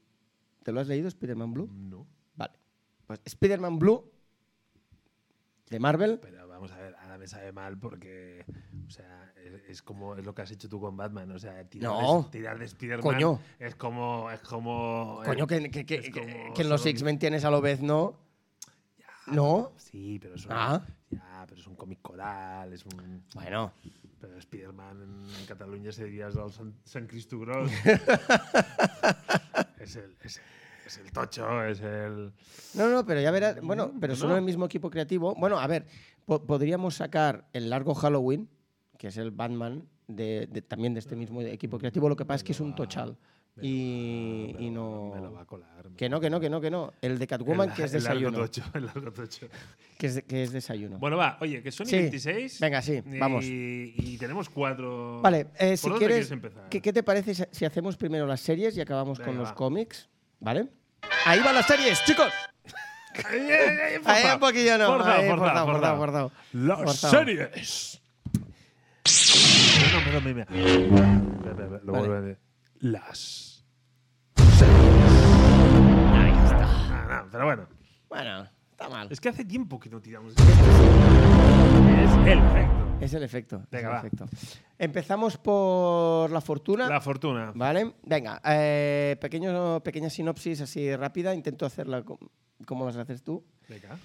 S2: ¿Te lo has leído, Spider-Man Blue?
S1: No.
S2: Vale. Pues Spider-Man Blue de Marvel.
S1: Pero vamos a ver, ahora me sabe mal porque. O sea, es, es como es lo que has hecho tú con Batman. O sea, tirar,
S2: No.
S1: de, tirar de Spider-Man
S2: Coño.
S1: es como. Es como.
S2: Coño,
S1: eh,
S2: que, que- que-
S1: es como
S2: que- que en los
S1: solo-
S2: X-Men tienes a lo vez, ¿no? ¿No?
S1: Sí, pero es un.
S2: Ah.
S1: Ya, pero es un cómic coral, es un.
S2: Bueno.
S1: Pero Spider-Man en, en Cataluña se diría el San, San Cristo Gros. es, el, es, el- es el tocho, es el.
S2: No, no, pero ya verás. Bueno,
S1: Mm,
S2: pero
S1: no,
S2: solo
S1: no.
S2: el mismo equipo creativo. Bueno, a ver, po- podríamos sacar el largo Halloween, que es el Batman, de, de- también de este mismo equipo creativo. Lo que pasa es que es un tochal.
S1: Me lo
S2: Y,
S1: va- me
S2: y
S1: lo va- Me lo va a
S2: no.
S1: colar. me
S2: Que
S1: lo
S2: no,
S1: va a
S2: que no,
S1: colar.
S2: que no, que no. El de Catwoman,
S1: El-
S2: que es
S1: el largo
S2: desayuno.
S1: tocho, el largo tocho.
S2: Que es, de- que es desayuno.
S1: Bueno, va, oye, que son
S2: Sí.
S1: 26.
S2: Venga, sí,
S1: y-
S2: vamos.
S1: Y tenemos cuatro.
S2: Vale, eh,
S1: ¿Por
S2: si
S1: dónde
S2: quieres,
S1: empezar?
S2: ¿qué, qué te parece si- si hacemos primero las series y acabamos con
S1: Venga,
S2: los
S1: va.
S2: cómics? ¿Vale? Ahí van las series, chicos.
S1: Ay, ay, ay,
S2: Ahí
S1: forza.
S2: un poquillo no.
S1: Forzado,
S2: Ahí,
S1: forzado, forzado.
S2: forzado, forzado, forzado.
S1: Las
S2: Forzado.
S1: series. No, no, perdón, mira, mira. Espera, espera, espera, lo
S2: Vale.
S1: vuelvo a decir. Las.
S2: Ahí está.
S1: Ah, no, pero bueno.
S2: Bueno, está mal.
S1: Es que hace tiempo que no tiramos. Es el efecto.
S2: Es el efecto. es
S1: Venga,
S2: el
S1: va.
S2: efecto. Empezamos por la fortuna.
S1: La fortuna.
S2: ¿Vale? Venga, eh, pequeño, pequeña sinopsis así rápida. Intento hacerla co- como las haces tú.
S1: Venga.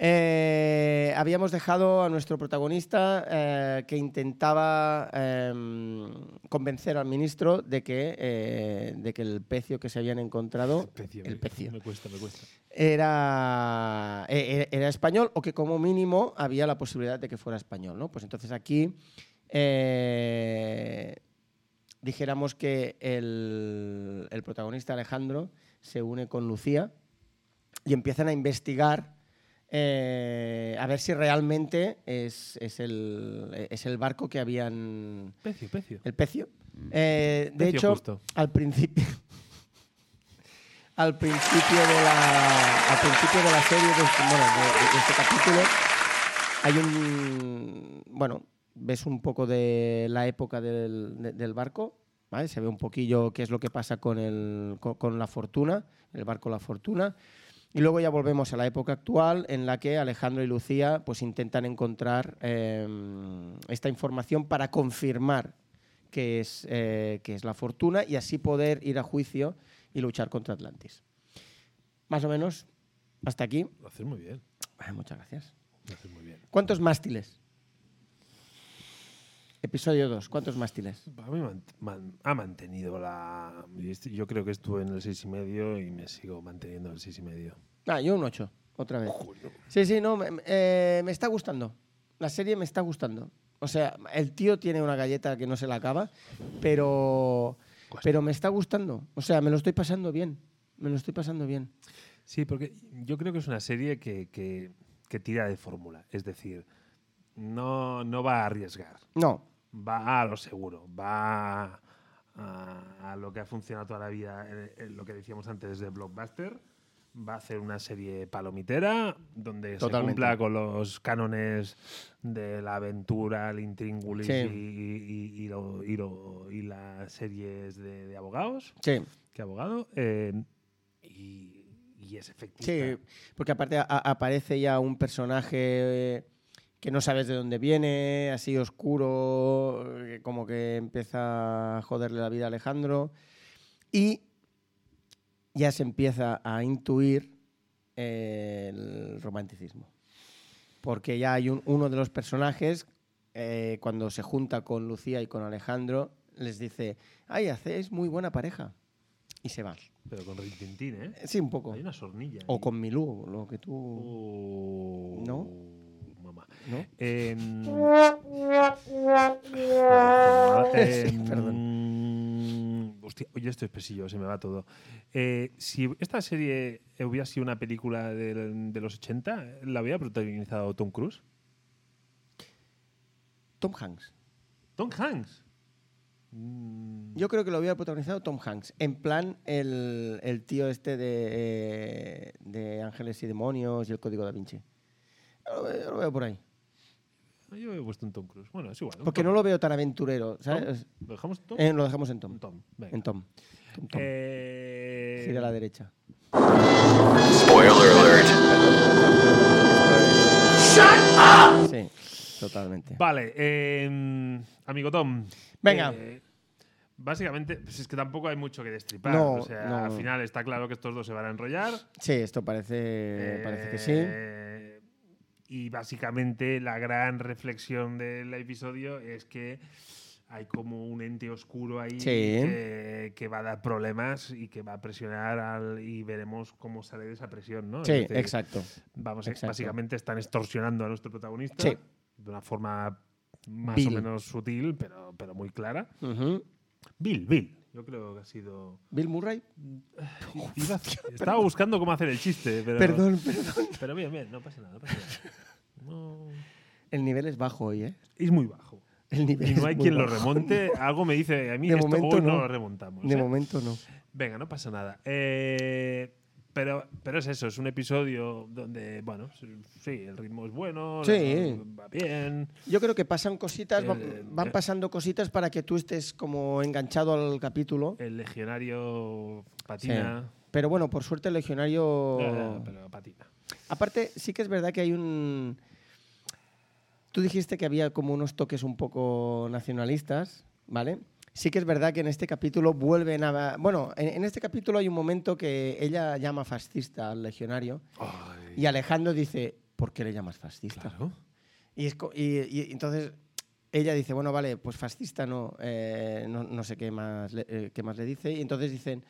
S2: Eh, habíamos dejado a nuestro protagonista eh, que intentaba em, convencer al ministro de que, eh, de que el pecio que se habían encontrado, el pecio,
S1: Me cuesta, me cuesta.
S2: era, e- e- era español o que como mínimo había la posibilidad de que fuera español. ¿no? Pues entonces aquí eh, dijéramos que el, el protagonista Alejandro se une con Lucía y empiezan a investigar eh, a ver si realmente es, es el, es el barco que habían...
S1: Pecio, pecio.
S2: El pecio. Eh, de
S1: Pecio
S2: hecho,
S1: justo.
S2: al principio. al principio de la. Al principio de la serie, de, este- bueno, de- de- de este capítulo, hay un. Bueno, ves un poco de la época del, de- del barco. ¿vale? Se ve un poquillo qué es lo que pasa con, el, con, con la fortuna, el barco La Fortuna. Y luego ya volvemos a la época actual en la que Alejandro y Lucía pues, intentan encontrar eh, esta información para confirmar que es, eh, que es la fortuna y así poder ir a juicio y luchar contra Atlantis. Más o menos, hasta aquí.
S1: Lo haces muy bien.
S2: Ay, muchas gracias.
S1: Lo haces muy bien.
S2: ¿Cuántos mástiles? Episodio 2, ¿cuántos mástiles?
S1: A mí man- man- ha mantenido la. y este- Yo creo que estuve en el 6,5 y medio y me sigo manteniendo en el 6,5. y medio.
S2: Ah, yo un 8, otra vez.
S1: Coño.
S2: Sí, sí, no, me, me- eh, me está gustando. La serie me está gustando. O sea, el tío tiene una galleta que no se la acaba, pero, pero me está gustando. O sea, me lo estoy pasando bien. Me lo estoy pasando bien.
S1: Sí, porque yo creo que es una serie que, que- que tira de fórmula. Es decir, no, no va a arriesgar.
S2: No,
S1: va a lo seguro, va a, a lo que ha funcionado toda la vida, eh, eh, lo que decíamos antes de Blockbuster. Va a hacer una serie palomitera donde
S2: Totalmente.
S1: se cumpla con los cánones de la aventura, el intríngulis
S2: Sí.
S1: y, y- y lo- y lo- y las series de, de abogados.
S2: sí.
S1: Que abogado. eh, y, y es efectivo.
S2: Sí, porque aparte a- aparece ya un personaje eh, que no sabes de dónde viene, así oscuro, que como que empieza a joderle la vida a Alejandro. Y ya se empieza a intuir eh, el romanticismo. Porque ya hay un- uno de los personajes, eh, cuando se junta con Lucía y con Alejandro, les dice, ay, hacéis muy buena pareja. Y se va.
S1: Pero con Rintintín, ¿eh?
S2: Sí, un poco.
S1: Hay una sornilla.
S2: pues, O
S1: ahí.
S2: con Milú, lo que tú.
S1: Oh, Mamá.
S2: ¿No?
S1: Em,
S2: Sí,
S1: perdón. Hostia, yo estoy espesillo, se me va todo. Eh, si esta serie hubiera sido una película del- de los 80, ¿la había protagonizado Tom Cruise?
S2: Tom Hanks.
S1: Tom Hanks. Mm,
S2: Yo creo que lo había protagonizado Tom Hanks. En plan, el, el tío este de, eh, de Ángeles y Demonios y el Código da Vinci. Yo lo, veo, yo lo veo por ahí.
S1: Ah, yo he puesto un Tom Cruise. Bueno, es igual. un
S2: Porque
S1: Tom.
S2: no lo veo tan aventurero, ¿sabes?
S1: ¿Lo dejamos Tom?
S2: Eh, lo dejamos en Tom.
S1: Un Tom. venga.
S2: En Tom. Tom, Tom.
S1: Eh,
S2: Gira a la derecha.
S3: Spoiler alert.
S2: Sí, totalmente.
S1: Vale, em, amigo Tom.
S2: Venga.
S1: eh, básicamente, pues es que tampoco hay mucho que destripar.
S2: No,
S1: o sea,
S2: no.
S1: al final está claro que estos dos se van a enrollar.
S2: Sí, esto parece, parece que sí.
S1: Eh, Y básicamente la gran reflexión del episodio es que hay como un ente oscuro ahí
S2: Sí.
S1: que, que va a dar problemas y que va a presionar al, y veremos cómo sale de esa presión, ¿no? Es
S2: Sí,
S1: decir,
S2: exacto.
S1: Vamos,
S2: Exacto.
S1: básicamente están extorsionando a nuestro protagonista
S2: Sí.
S1: de una forma más
S2: Vil.
S1: o menos sutil, pero, pero muy clara.
S2: Ujú.
S1: Bill, Bill. Mm. Yo creo que ha sido.
S2: Bill Murray.
S1: Iba a- Estaba buscando cómo hacer el chiste, pero.
S2: Perdón, perdón.
S1: Pero bien, bien, no pasa nada. No pasa nada. No,
S2: El nivel es bajo hoy, ¿eh?
S1: es muy bajo.
S2: El nivel
S1: Y no
S2: es
S1: hay
S2: muy
S1: quien lo
S2: bajo.
S1: remonte. Algo me dice a mí
S2: De
S1: esto
S2: momento
S1: hoy no.
S2: no.
S1: lo remontamos.
S2: De
S1: ¿eh?
S2: momento no.
S1: Venga, no pasa nada. Eh, pero, pero es eso, es un episodio donde, bueno, sí, el ritmo es bueno,
S2: Sí.
S1: va bien.
S2: Yo creo que pasan cositas, va-
S1: El- eh,
S2: van pasando cositas para que tú estés como enganchado al capítulo.
S1: El legionario patina.
S2: Pero bueno, por suerte el legionario...
S1: Ya, ya, pero patina.
S2: Aparte, sí que es verdad que hay un... Tú dijiste que había como unos toques un poco nacionalistas, ¿vale? Sí que es verdad que en este capítulo vuelven a... Bueno, en, en este capítulo hay un momento que ella llama fascista al legionario
S1: Ay,
S2: y Alejandro dice, ¿por qué le llamas fascista?
S1: claro.
S2: Y, es co- y- y entonces ella dice, bueno, vale, pues fascista no, eh, no, no sé qué más, le, eh, qué más le dice. Y entonces dicen,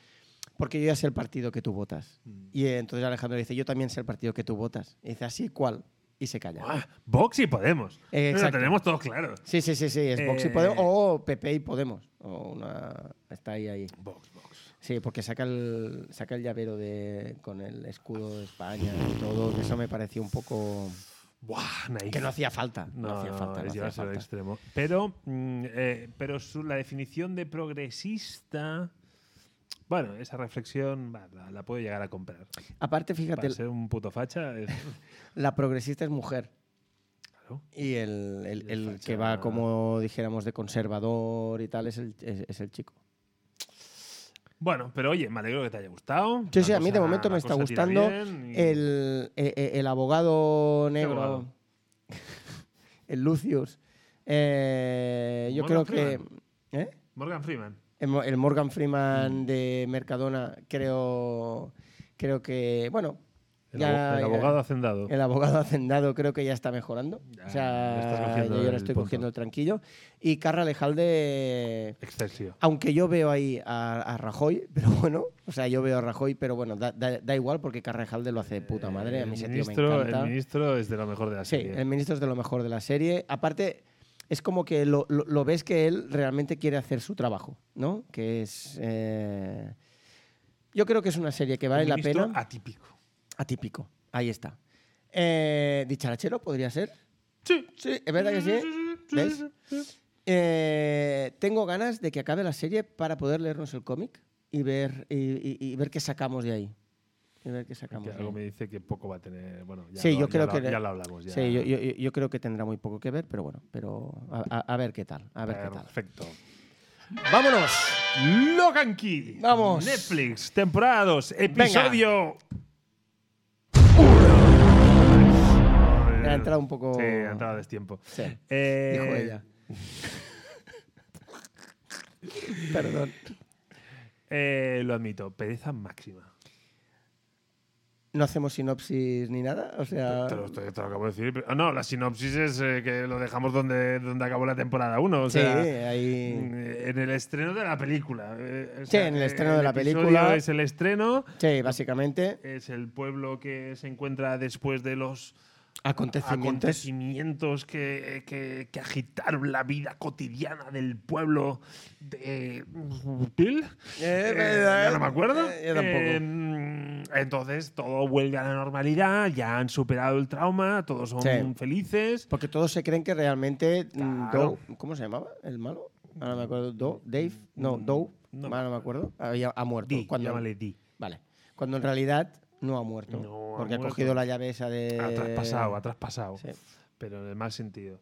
S2: porque yo ya sé el partido que tú votas.
S1: Mm.
S2: Y eh, entonces Alejandro dice, yo también sé el partido que tú votas. Y dice, así, ¿cuál? Y se calla.
S1: Ah, Vox y Podemos.
S2: Eh,
S1: Lo
S2: exacto.
S1: tenemos todos claro.
S2: Sí, sí, sí, sí, es Vox y
S1: Eh,
S2: Podemos. O PP y Podemos. O una, está ahí, ahí.
S1: Vox, Vox.
S2: Sí, porque saca el, saca el llavero de, con el escudo de España y todo. que Eso me pareció un poco...
S1: Buah, naif.
S2: Que no hacía falta. No,
S1: No,
S2: hacía
S1: no,
S2: falta.
S1: es
S2: no hacía
S1: llevarse al
S2: falta.
S1: extremo. Pero, mm, eh, pero su- la definición de progresista. Bueno, esa reflexión va, la, la puedo llegar a comprar.
S2: Aparte,
S1: Para
S2: fíjate,
S1: ser un puto facha. es-
S2: la progresista es mujer.
S1: claro.
S2: Y el,
S1: Y
S2: el-
S1: el
S2: el
S1: facha-
S2: que va como dijéramos de conservador y tal es el, es, es el chico.
S1: Bueno, pero oye, me alegro que te haya gustado.
S2: Sí,
S1: La
S2: sí, a mí de
S1: cosa-
S2: momento me
S1: la
S2: está
S1: cosa tira
S2: gustando
S1: bien y-
S2: el, eh, eh, el abogado negro,
S1: abogado?
S2: el Lucius. Eh, yo creo
S1: Morgan
S2: que ¿eh?
S1: Morgan Freeman.
S2: el, Mo- el Morgan
S1: Mm.
S2: Freeman de Mercadona, creo, creo que, bueno,
S1: El,
S2: ya-
S1: abo- el
S2: ya-
S1: abogado hacendado.
S2: El abogado hacendado creo que ya está mejorando.
S1: Ya,
S2: o sea,
S1: le estás cogiendo
S2: yo ya
S1: el
S2: le estoy
S1: punto.
S2: cogiendo el tranquillo. Y Carra Lejalde,
S1: Excelsior.
S2: aunque yo veo ahí a, a Rajoy, pero bueno, o sea, yo veo a Rajoy, pero bueno, da, da- da igual porque Carra Lejalde lo hace de puta madre. A
S1: Eh, El
S2: mí ese tío me
S1: ministro,
S2: encanta.
S1: el ministro es de lo mejor de la
S2: sí,
S1: serie.
S2: el ministro es de lo mejor de la serie. Aparte, es como que lo, lo- lo ves que él realmente quiere hacer su trabajo, ¿no? Que es... eh, Yo creo que es una serie que vale
S1: Un
S2: la
S1: ministro
S2: pena.
S1: atípico.
S2: Atípico. Ahí está. Eh, ¿Dicharachero podría ser?
S1: Sí.
S2: Sí, es verdad que sí. ¿Ves? Eh, tengo ganas de que acabe la serie para poder leernos el cómic y ver, y, y- y ver qué sacamos de ahí. Y ver qué sacamos.
S1: Que
S2: de
S1: algo
S2: ahí.
S1: me dice que poco va a tener. Bueno, ya
S2: Sí,
S1: lo-
S2: yo
S1: ya
S2: creo
S1: lo-
S2: que-
S1: ya lo hablamos. ya.
S2: Sí, yo, yo- yo- yo creo que tendrá muy poco que ver, pero bueno, pero a, a- a ver qué tal. A ver qué tal.
S1: Perfecto.
S2: ¡Vámonos!
S1: Logan Key.
S2: Vamos.
S1: Netflix, temporada 2, episodio.
S2: Ha entrado un poco-
S1: Sí, ha entrado a destiempo.
S2: Sí,
S1: Eh,
S2: dijo ella. Perdón.
S1: eh, lo admito, pereza máxima.
S2: No hacemos sinopsis ni nada, o sea...
S1: Te lo, te- te lo acabo de decir. pero- ah, no, la sinopsis es eh, que lo dejamos donde, donde acabó la temporada 1. O
S2: Sí,
S1: sea,
S2: ahí...
S1: eh, En el estreno de la película. eh, o
S2: Sí,
S1: sea,
S2: en el
S1: eh,
S2: estreno de la
S1: episodio
S2: película.
S1: Es el estreno,
S2: Sí, básicamente,
S1: es el pueblo que se encuentra después de los
S2: acontecimientos...
S1: acontecimientos que, que- que agitaron la vida cotidiana del pueblo de Pil.
S2: Eh,
S1: ya no me acuerdo.
S2: eh, yo tampoco.
S1: Eh, entonces todo vuelve a la normalidad, ya han superado el trauma, todos son
S2: Sí.
S1: felices.
S2: Porque todos se creen que realmente mm,
S1: Claro.
S2: Doe- ¿cómo se llamaba? El malo. Ahora me acuerdo. Doe, Dave, no, Doe,
S1: Mm, no me
S2: ahora no me acuerdo. Había, ha muerto.
S1: Di,
S2: Pues cuando,
S1: llámale Di.
S2: Vale. Cuando en realidad no ha muerto.
S1: No ha
S2: porque ha
S1: muerto.
S2: cogido la llave esa de.
S1: Ha traspasado, ha traspasado.
S2: Eh, Sí.
S1: Pero en el mal sentido.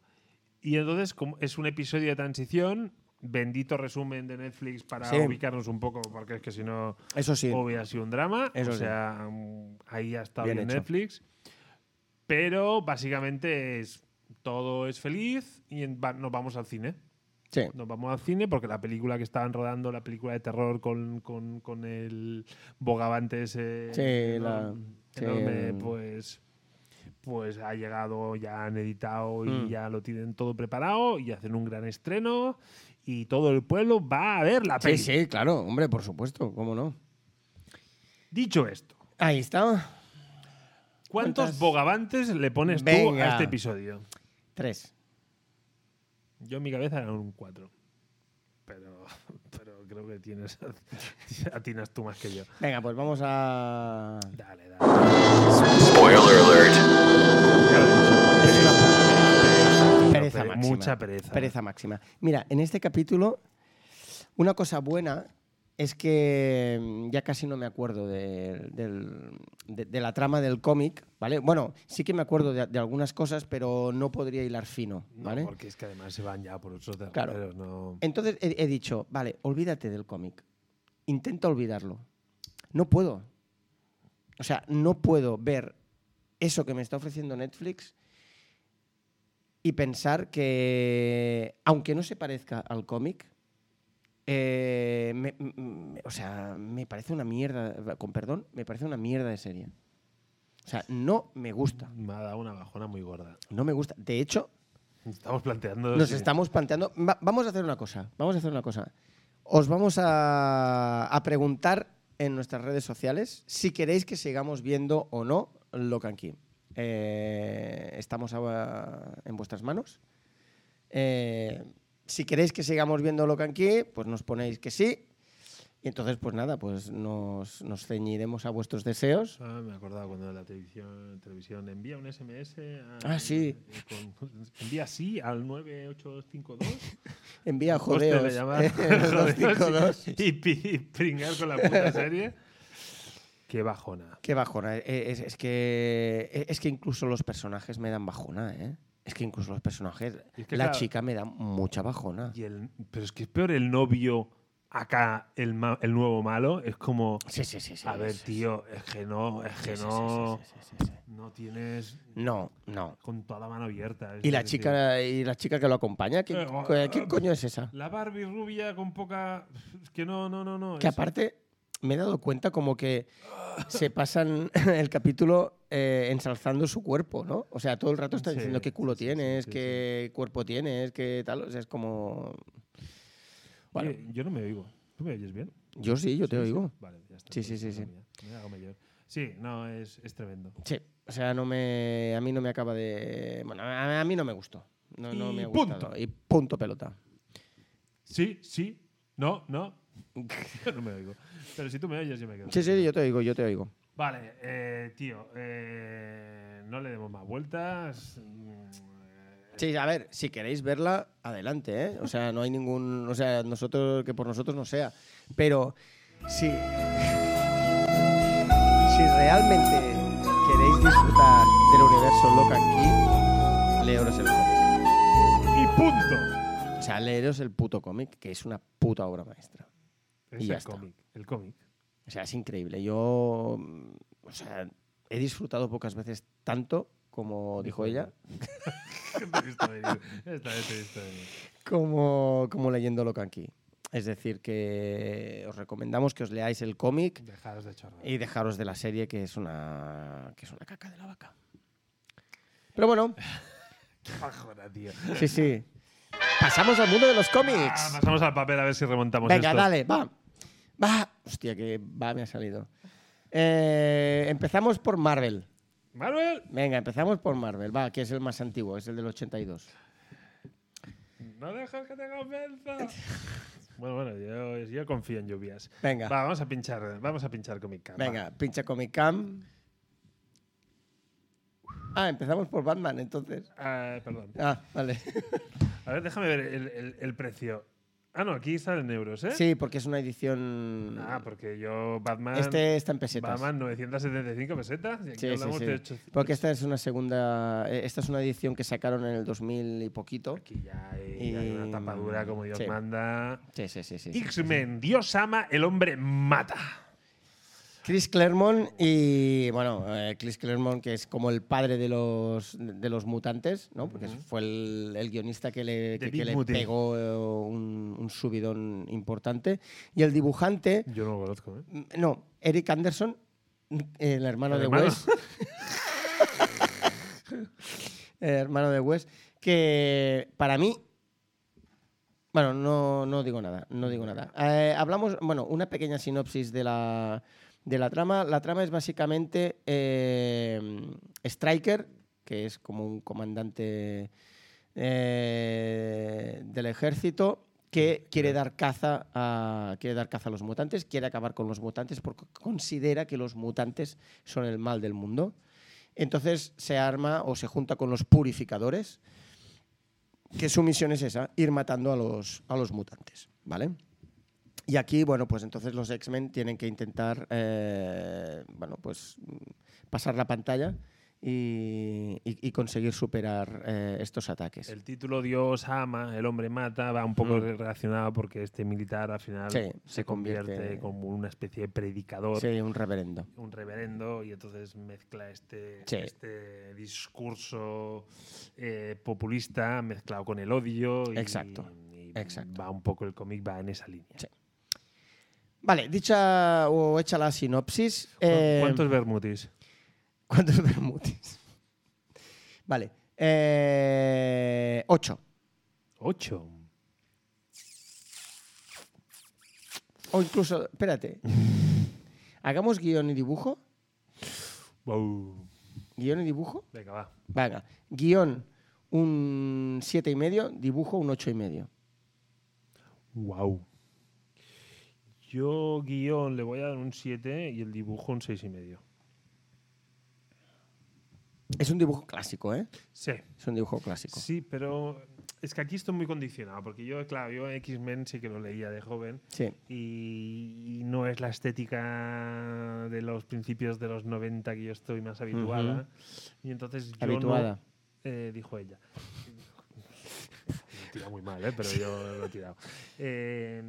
S1: Y entonces, como es un episodio de transición, bendito resumen de Netflix para
S2: Sí.
S1: ubicarnos un poco, porque es que si no
S2: Eso sí.
S1: hubiera sido un drama.
S2: Eso
S1: o
S2: sí.
S1: sea, mm, ahí ha estado
S2: Bien
S1: bien
S2: hecho.
S1: Netflix. Pero básicamente es todo es feliz y en- va- nos vamos al cine.
S2: Sí.
S1: Nos vamos al cine porque la película que estaban rodando, la película de terror con, con- con el bogavante ese
S2: Sí,
S1: enorm-
S2: la- sí,
S1: enorme,
S2: el-
S1: pues, pues ha llegado, ya han editado y
S2: Mm.
S1: ya lo tienen todo preparado y hacen un gran estreno y todo el pueblo va a ver la
S2: Sí,
S1: peli.
S2: sí, claro, hombre, por supuesto, cómo no.
S1: Dicho esto,
S2: Ahí está.
S1: ¿cuántos
S2: ¿Cuántas?
S1: bogavantes le pones tú
S2: Venga.
S1: a este episodio?
S2: Tres.
S1: Yo en mi cabeza era un 4. Pero, pero creo que tienes atinas tú más que yo.
S2: Venga, pues vamos a.
S1: Dale, dale.
S3: Spoiler alert.
S2: Es
S1: Pero
S2: una- Pereza
S1: pere-
S2: máxima.
S1: mucha pereza. ¿eh?
S2: Pereza máxima. Mira, en este capítulo, una cosa buena es que mm, ya casi no me acuerdo del- del- de, de la trama del cómic, ¿vale? Bueno, sí que me acuerdo de, de algunas cosas, pero no podría hilar fino,
S1: No,
S2: ¿vale?
S1: porque es que además se van ya por otros
S2: Claro.
S1: derroteros. No.
S2: Entonces he, he dicho, vale, olvídate del cómic. Intenta olvidarlo. no puedo. O sea, no puedo ver eso que me está ofreciendo Netflix y pensar que, aunque no se parezca al cómic, eh, me- m- m- o sea, me parece una mierda, con perdón, me parece una mierda de serie. O sea, no me gusta.
S1: Me ha dado una bajona muy gorda.
S2: No me gusta. De hecho,
S1: Estamos planteando.
S2: nos
S1: sí.
S2: estamos planteando. va- vamos a hacer una cosa. Vamos a hacer una cosa. Os vamos a, a preguntar en nuestras redes sociales si queréis que sigamos viendo o no Locan Key. Eh, estamos ahora en vuestras manos. Eh, si queréis que sigamos viendo Locan Key, pues nos ponéis que sí. Y entonces, pues nada, pues nos, nos ceñiremos a vuestros deseos.
S1: Ah, me acordaba cuando la televisión, televisión envía un SMS. a-
S2: Ah, sí.
S1: eh, con- envía sí al 9852.
S2: Envía
S1: Coste de
S2: jodeos.
S1: llamar.
S2: eh,
S1: Jodeos y-
S2: 252.
S1: Y, pi- y pringar con la puta serie. Qué bajona.
S2: Qué bajona. eh, eh, Es, es que, eh, es que incluso los personajes me dan bajona, ¿eh? Es que incluso los personajes.
S1: Y es que,
S2: la
S1: claro,
S2: chica me da mucha bajona.
S1: Y el- pero es que es peor el novio acá, el, ma- el nuevo malo. Es como,
S2: Sí, sí, sí. sí
S1: a ver,
S2: sí,
S1: tío, es que no, es
S2: sí,
S1: que
S2: sí,
S1: no,
S2: sí, sí, sí, sí, sí.
S1: no tienes
S2: No, no.
S1: con toda la mano abierta. es
S2: ¿Y la,
S1: decir,
S2: chica, ¿Y la chica que lo acompaña? ¿Quién,
S1: Eh,
S2: co-
S1: eh,
S2: quién coño es esa?
S1: La Barbie rubia con poca. Es que no, no, no, no.
S2: Que
S1: es-
S2: aparte me he dado cuenta como que se pasan el capítulo eh, ensalzando su cuerpo, ¿no? O sea, todo el rato está
S1: Sí,
S2: diciendo qué culo
S1: sí, sí, sí,
S2: tienes,
S1: sí,
S2: qué cuerpo tienes, qué tal. O sea, es como... Bueno,
S1: Oye, yo no me oigo. ¿Tú me oyes bien?
S2: yo sí, yo te
S1: Sí, sí.
S2: oigo.
S1: Vale, ya está.
S2: Sí, sí, sí,
S1: Pues,
S2: sí.
S1: mira, me hago mayor. Sí, no, es, es tremendo.
S2: Sí, o sea, no me, a mí no me acaba de... Bueno, a, a mí no me gustó. No, no
S1: Y
S2: me ha
S1: punto.
S2: gustado. Y punto pelota.
S1: Sí, sí, no, no. Yo no me oigo. Pero si tú me oyes, yo me quedo.
S2: Sí, sí,
S1: tranquilo.
S2: yo te oigo, yo te oigo.
S1: Vale, eh, tío, eh, no le demos más vueltas. Mm, eh,
S2: Sí, a ver, si queréis verla, adelante, ¿eh? O sea, no hay ningún... O sea, nosotros, que por nosotros no sea. Pero si... Si realmente queréis disfrutar del universo Locan Key, leeros el cómic.
S1: ¡Y punto!
S2: O sea, leeros el puto cómic, que es una puta obra maestra.
S1: Es
S2: ya
S1: el
S2: está.
S1: cómic, el cómic.
S2: O sea, es increíble. Yo, mm, o sea, he disfrutado pocas veces tanto, como dijo ella,
S1: Te he visto venir, Esta vez te he visto venir.
S2: como, como leyendo Locan Key. Es decir, que os recomendamos que os leáis el cómic
S1: Dejaros de chorrar.
S2: y dejaros de la serie, que es una, que es una caca de la vaca. Pero bueno,
S1: Bajona, tío.
S2: sí, sí. Pasamos al mundo de los
S1: Ah,
S2: cómics.
S1: pasamos al papel a ver si remontamos
S2: Venga,
S1: esto.
S2: dale, va. Va. Hostia, que va me ha salido. Eh, empezamos por Marvel.
S1: Manuel.
S2: Venga, empezamos por Marvel, va, que es el más antiguo, es el del 82.
S1: No dejes que te convenza. bueno, bueno, yo, yo confío en lluvias.
S2: Venga.
S1: Va, vamos a pinchar, vamos a pinchar con mi cama.
S2: Venga, pincha Comic Cam. Ah, empezamos por Batman, entonces.
S1: Ah, perdón.
S2: Ah, vale.
S1: ¿Eh? A ver, déjame ver el, el- el precio. Ah, no, aquí salen euros, ¿eh?
S2: Sí, porque es una edición.
S1: Ah, porque yo, Batman.
S2: este está en pesetas.
S1: Batman, 975 pesetas. Y aquí
S2: Sí, sí,
S1: hablamos
S2: sí.
S1: de ocho-
S2: Porque esta es una segunda. eh, Esta es una edición que sacaron en el 2000 y poquito.
S1: Aquí ya hay, ya hay
S2: Y-
S1: una tapadura como Dios
S2: sí.
S1: manda.
S2: Sí, sí, sí. sí, sí.
S1: X-Men, Dios ama, el hombre mata.
S2: Chris Claremont y bueno, eh, Chris Claremont que es como el padre de los de los mutantes, ¿no? Porque fue el, el guionista que le, que,
S1: Big
S2: que le
S1: Mute.
S2: pegó eh, un, un subidón importante y el dibujante,
S1: Yo no lo conozco, ¿eh?
S2: mm, no, Eric Anderson, eh, el hermano
S1: El
S2: de
S1: hermano.
S2: Wes, el hermano de Wes, que para mí bueno, no, no digo nada, no digo nada. Eh, hablamos, bueno, una pequeña sinopsis de la, de la trama. La trama es básicamente eh, Striker, que es como un comandante eh, del ejército, que quiere dar, caza a, quiere dar caza a los mutantes, quiere acabar con los mutantes porque considera que los mutantes son el mal del mundo. Entonces se arma o se junta con los purificadores, que su misión es esa, ir matando a los, a los mutantes, ¿vale? Y aquí, bueno, pues entonces los X-Men tienen que intentar, eh, bueno, pues mm, pasar la pantalla y, y- y conseguir superar eh, estos ataques.
S1: El título Dios ama, el hombre mata, va un poco
S2: Mm.
S1: relacionado porque este militar al final
S2: Sí,
S1: se
S2: se
S1: convierte,
S2: convierte-
S1: como una especie de predicador,
S2: Sí, un reverendo.
S1: un reverendo, y entonces mezcla este,
S2: Sí.
S1: este discurso eh, populista mezclado con el odio. Y,
S2: Exacto,
S1: y
S2: exacto.
S1: Va un poco el cómic, va en esa línea.
S2: Sí. Vale, dicha o hecha la sinopsis.
S1: ¿Cu-
S2: eh,
S1: ¿Cuántos Bermutis?
S2: ¿Cuántos Bermutis? Vale. eh, ocho.
S1: Ocho.
S2: O incluso, espérate. Hagamos guión y dibujo.
S1: Wow.
S2: Guión y dibujo.
S1: Venga, va.
S2: Venga. Guión un siete y medio, dibujo un ocho y medio.
S1: Wow. Yo guión le voy a dar un 7 y el dibujo un seis y medio.
S2: Es un dibujo clásico, ¿eh?
S1: Sí.
S2: Es un dibujo clásico.
S1: Sí, pero es que aquí estoy muy condicionado, porque yo, claro, yo X-Men sí que lo leía de joven
S2: Sí.
S1: y, y no es la estética de los principios de los 90 que yo estoy más habituada. Y entonces yo no-
S2: Habituada.
S1: eh, dijo ella. Lo he tirado muy mal, ¿eh? pero yo lo he tirado. Eh,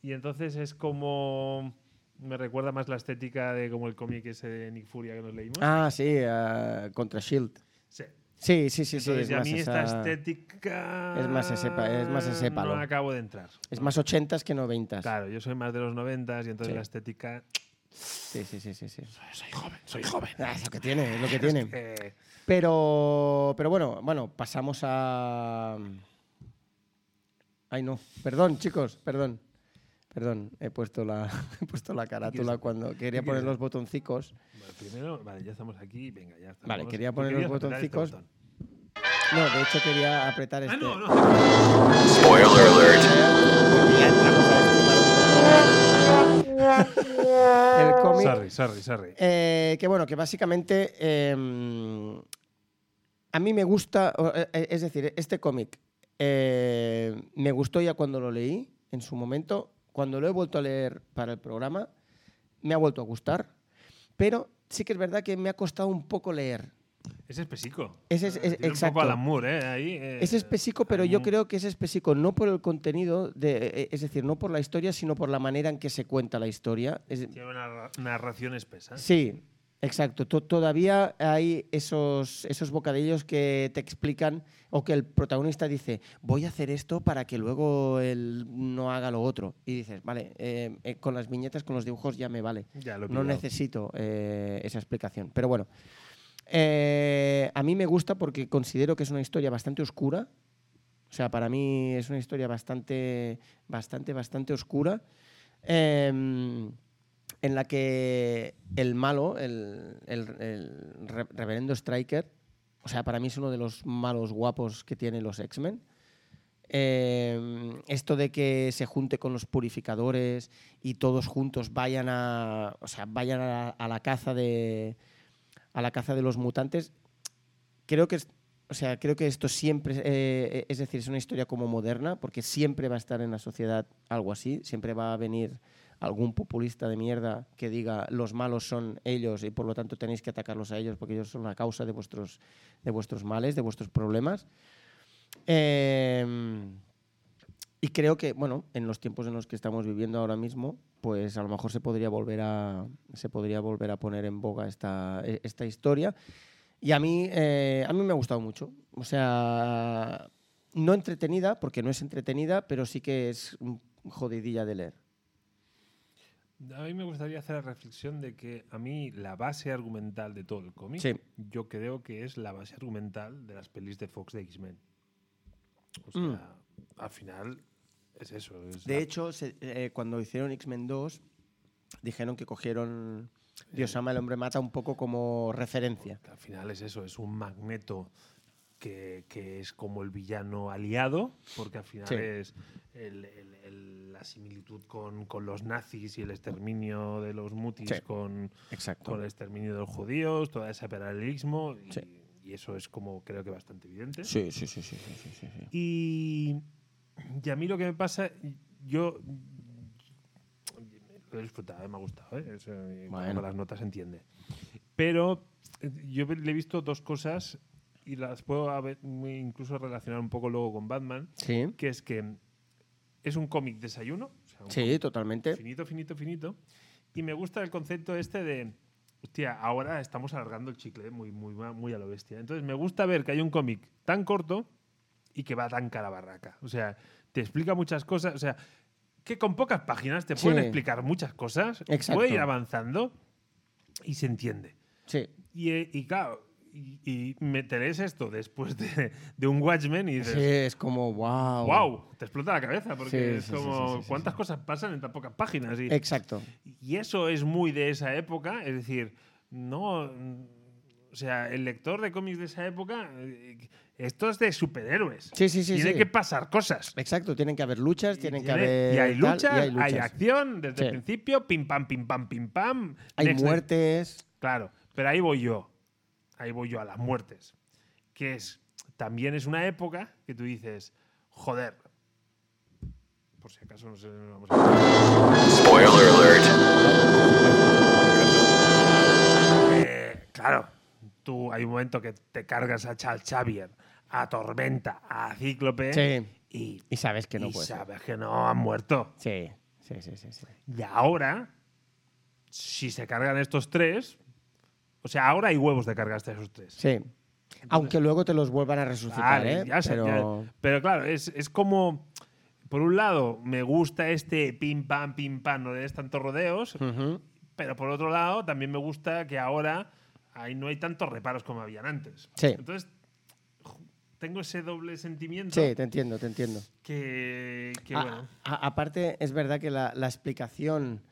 S1: y entonces es como... Me recuerda más la estética de como el cómic ese de Nick Furia que nos leímos.
S2: Ah, sí, eh, contra Shield.
S1: Sí.
S2: Sí, sí, sí, sí.
S1: Entonces,
S2: es
S1: y a
S2: más
S1: mí
S2: esa-
S1: esta estética.
S2: es más ese pa- es más ese palo.
S1: No acabo de entrar.
S2: Es más ochentas que noventas.
S1: Claro, yo soy más de los 90 y entonces
S2: Sí.
S1: la estética.
S2: Sí, sí, sí, sí, sí.
S1: Soy joven, soy joven.
S2: Ah, es lo que tiene, es lo que tiene.
S1: Eh,
S2: Pero, pero bueno, bueno, pasamos a. Ay, no. Perdón, chicos, perdón. Perdón, he puesto la, he puesto la carátula
S1: quieres?
S2: cuando quería
S1: ¿Qué
S2: poner
S1: quieres?
S2: los botoncicos.
S1: bueno, primero, vale, ya estamos aquí. Venga, ya estamos.
S2: Vale, quería
S1: Tú
S2: poner los
S1: querías apretar este
S2: botoncicos.
S1: botón.
S2: No, de hecho quería apretar este.
S1: Ah, no, no.
S3: Spoiler alert.
S2: El cómic.
S1: Sorry, sorry, sorry.
S2: Eh, que bueno, que básicamente eh, a mí me gusta, o, eh, eh, es decir, este cómic eh, me gustó ya cuando lo leí en su momento, cuando lo he vuelto a leer para el programa, me ha vuelto a gustar, pero sí que es verdad que me ha costado un poco leer.
S1: Es espesico.
S2: Ese es-
S1: Eh,
S2: es-
S1: tiene Un
S2: exacto.
S1: poco al amor, ¿eh? Ahí, eh,
S2: Es espesico, pero
S1: hay
S2: yo
S1: un-
S2: creo que es espesico no por el contenido, de, eh, es decir, no por la historia, sino por la manera en que se cuenta la historia. Es-
S1: Tiene una ra- narración espesa.
S2: Sí, exacto. To- todavía hay esos, esos bocadillos que te explican o que el protagonista dice, voy a hacer esto para que luego él no haga lo otro. Y dices, vale, eh, eh, con las viñetas, con los dibujos ya me vale.
S1: Ya lo he
S2: No
S1: pillado.
S2: necesito eh, esa explicación. Pero bueno, eh, a mí me gusta porque considero que es una historia bastante oscura. O sea, para mí es una historia bastante, bastante, bastante oscura. eh, en la que el malo, el, el- el re- reverendo Striker, o sea, para mí es uno de los malos guapos que tienen los X-Men. Eh, esto de que se junte con los purificadores y todos juntos vayan a, o sea, vayan a, a la caza de a la caza de los mutantes, creo que es- o sea, creo que esto siempre eh, es decir, es una historia como moderna porque siempre va a estar en la sociedad algo así, siempre va a venir algún populista de mierda que diga los malos son ellos y por lo tanto tenéis que atacarlos a ellos porque ellos son la causa de vuestros de vuestros males, de vuestros problemas. Eh, y creo que, bueno, en los tiempos en los que estamos viviendo ahora mismo, pues a lo mejor se podría volver a, se podría volver a poner en boga esta, e- esta historia. Y a mí, eh, a mí me ha gustado mucho. O sea, no entretenida, porque no es entretenida, pero sí que es un jodidilla de leer.
S1: A mí me gustaría hacer la reflexión de que a mí la base argumental de todo el cómic,
S2: Sí.
S1: yo creo que es la base argumental de las pelis de Fox de X-Men. O sea, al final es eso. es
S2: Mm. De
S1: la-
S2: hecho, se- eh, cuando hicieron X-Men 2, dijeron que cogieron Dios ama el hombre mata un poco como referencia.
S1: al final es eso, es un magneto que, que es como el villano aliado, porque al final
S2: Sí.
S1: es el- el- el- la similitud con, con los nazis y el exterminio de los mutis
S2: Sí.
S1: con,
S2: Exacto.
S1: con el exterminio de los judíos, todo ese paralelismo, y,
S2: Sí.
S1: y eso es como creo que bastante evidente.
S2: Sí, sí, sí, sí, sí, sí, sí, sí.
S1: Y, y a mí lo que me pasa, yo lo he disfrutado, eh, me ha gustado, ¿eh? Eso, eh,
S2: Bueno.
S1: con las notas se entiende. Pero eh, yo ve- le he visto dos cosas y las puedo a ve- incluso relacionar un poco luego con Batman,
S2: Sí,
S1: que es que es un cómic desayuno, o sea, un
S2: sí, totalmente.
S1: finito, finito, finito. Y me gusta el concepto este de, hostia, ahora estamos alargando el chicle muy, muy, ma- muy a lo bestia. Entonces me gusta ver que hay un cómic tan corto y que va tan cara barraca. O sea, te explica muchas cosas. O sea, que con pocas páginas te
S2: Sí.
S1: pueden explicar muchas cosas.
S2: Exacto.
S1: Puede ir avanzando y se entiende.
S2: Sí,
S1: Y, eh, y claro, y, y meteréis esto después de, de un Watchmen y dices,
S2: sí, es como wow.
S1: wow, te explota la cabeza porque
S2: Sí,
S1: es
S2: sí, sí,
S1: como
S2: sí, sí, sí,
S1: cuántas cosas pasan en tan pocas páginas. Y,
S2: Exacto.
S1: y eso es muy de esa época, es decir, no. mm, O sea, el lector de cómics de esa época, eh, esto es de superhéroes.
S2: Sí, sí, sí,
S1: Tiene
S2: sí.
S1: que pasar cosas.
S2: Exacto, tienen que haber luchas, tienen que
S1: Tiene-
S2: haber.
S1: y hay
S2: tal,
S1: lucha,
S2: y
S1: hay, acción desde el
S2: Sí.
S1: principio, pim pam, pim pam, pim pam.
S2: Hay
S1: next, next,
S2: muertes.
S1: Claro, pero ahí voy yo. Ahí voy yo a las muertes. Que es. También es una época que tú dices, joder. Por si acaso no sé. no vamos a-
S3: Spoiler alert.
S1: Eh, claro, tú hay un momento que te cargas a Charles Xavier, a Tormenta, a Cíclope.
S2: Sí.
S1: Y,
S2: Y sabes que no
S1: y
S2: puede ser.
S1: sabes que no han muerto.
S2: Sí, sí, sí, sí. sí.
S1: Y ahora, si se cargan estos tres. O sea, ahora hay huevos de cargarte a esos tres.
S2: Sí. Aunque luego te los vuelvan a resucitar,
S1: Vale,
S2: ¿eh?
S1: ya sé, ya-
S2: Pero-
S1: pero... claro, es, es como. Por un lado, me gusta este pim pam, pim pam, no le des tantos rodeos.
S2: Ujú.
S1: Pero por otro lado, también me gusta que ahora ahí no hay tantos reparos como habían antes.
S2: Sí.
S1: Entonces, ju- tengo ese doble sentimiento
S2: Sí, Ah, te entiendo, te entiendo.
S1: que, que,
S2: A-
S1: bueno.
S2: a- aparte, es verdad que la, la explicación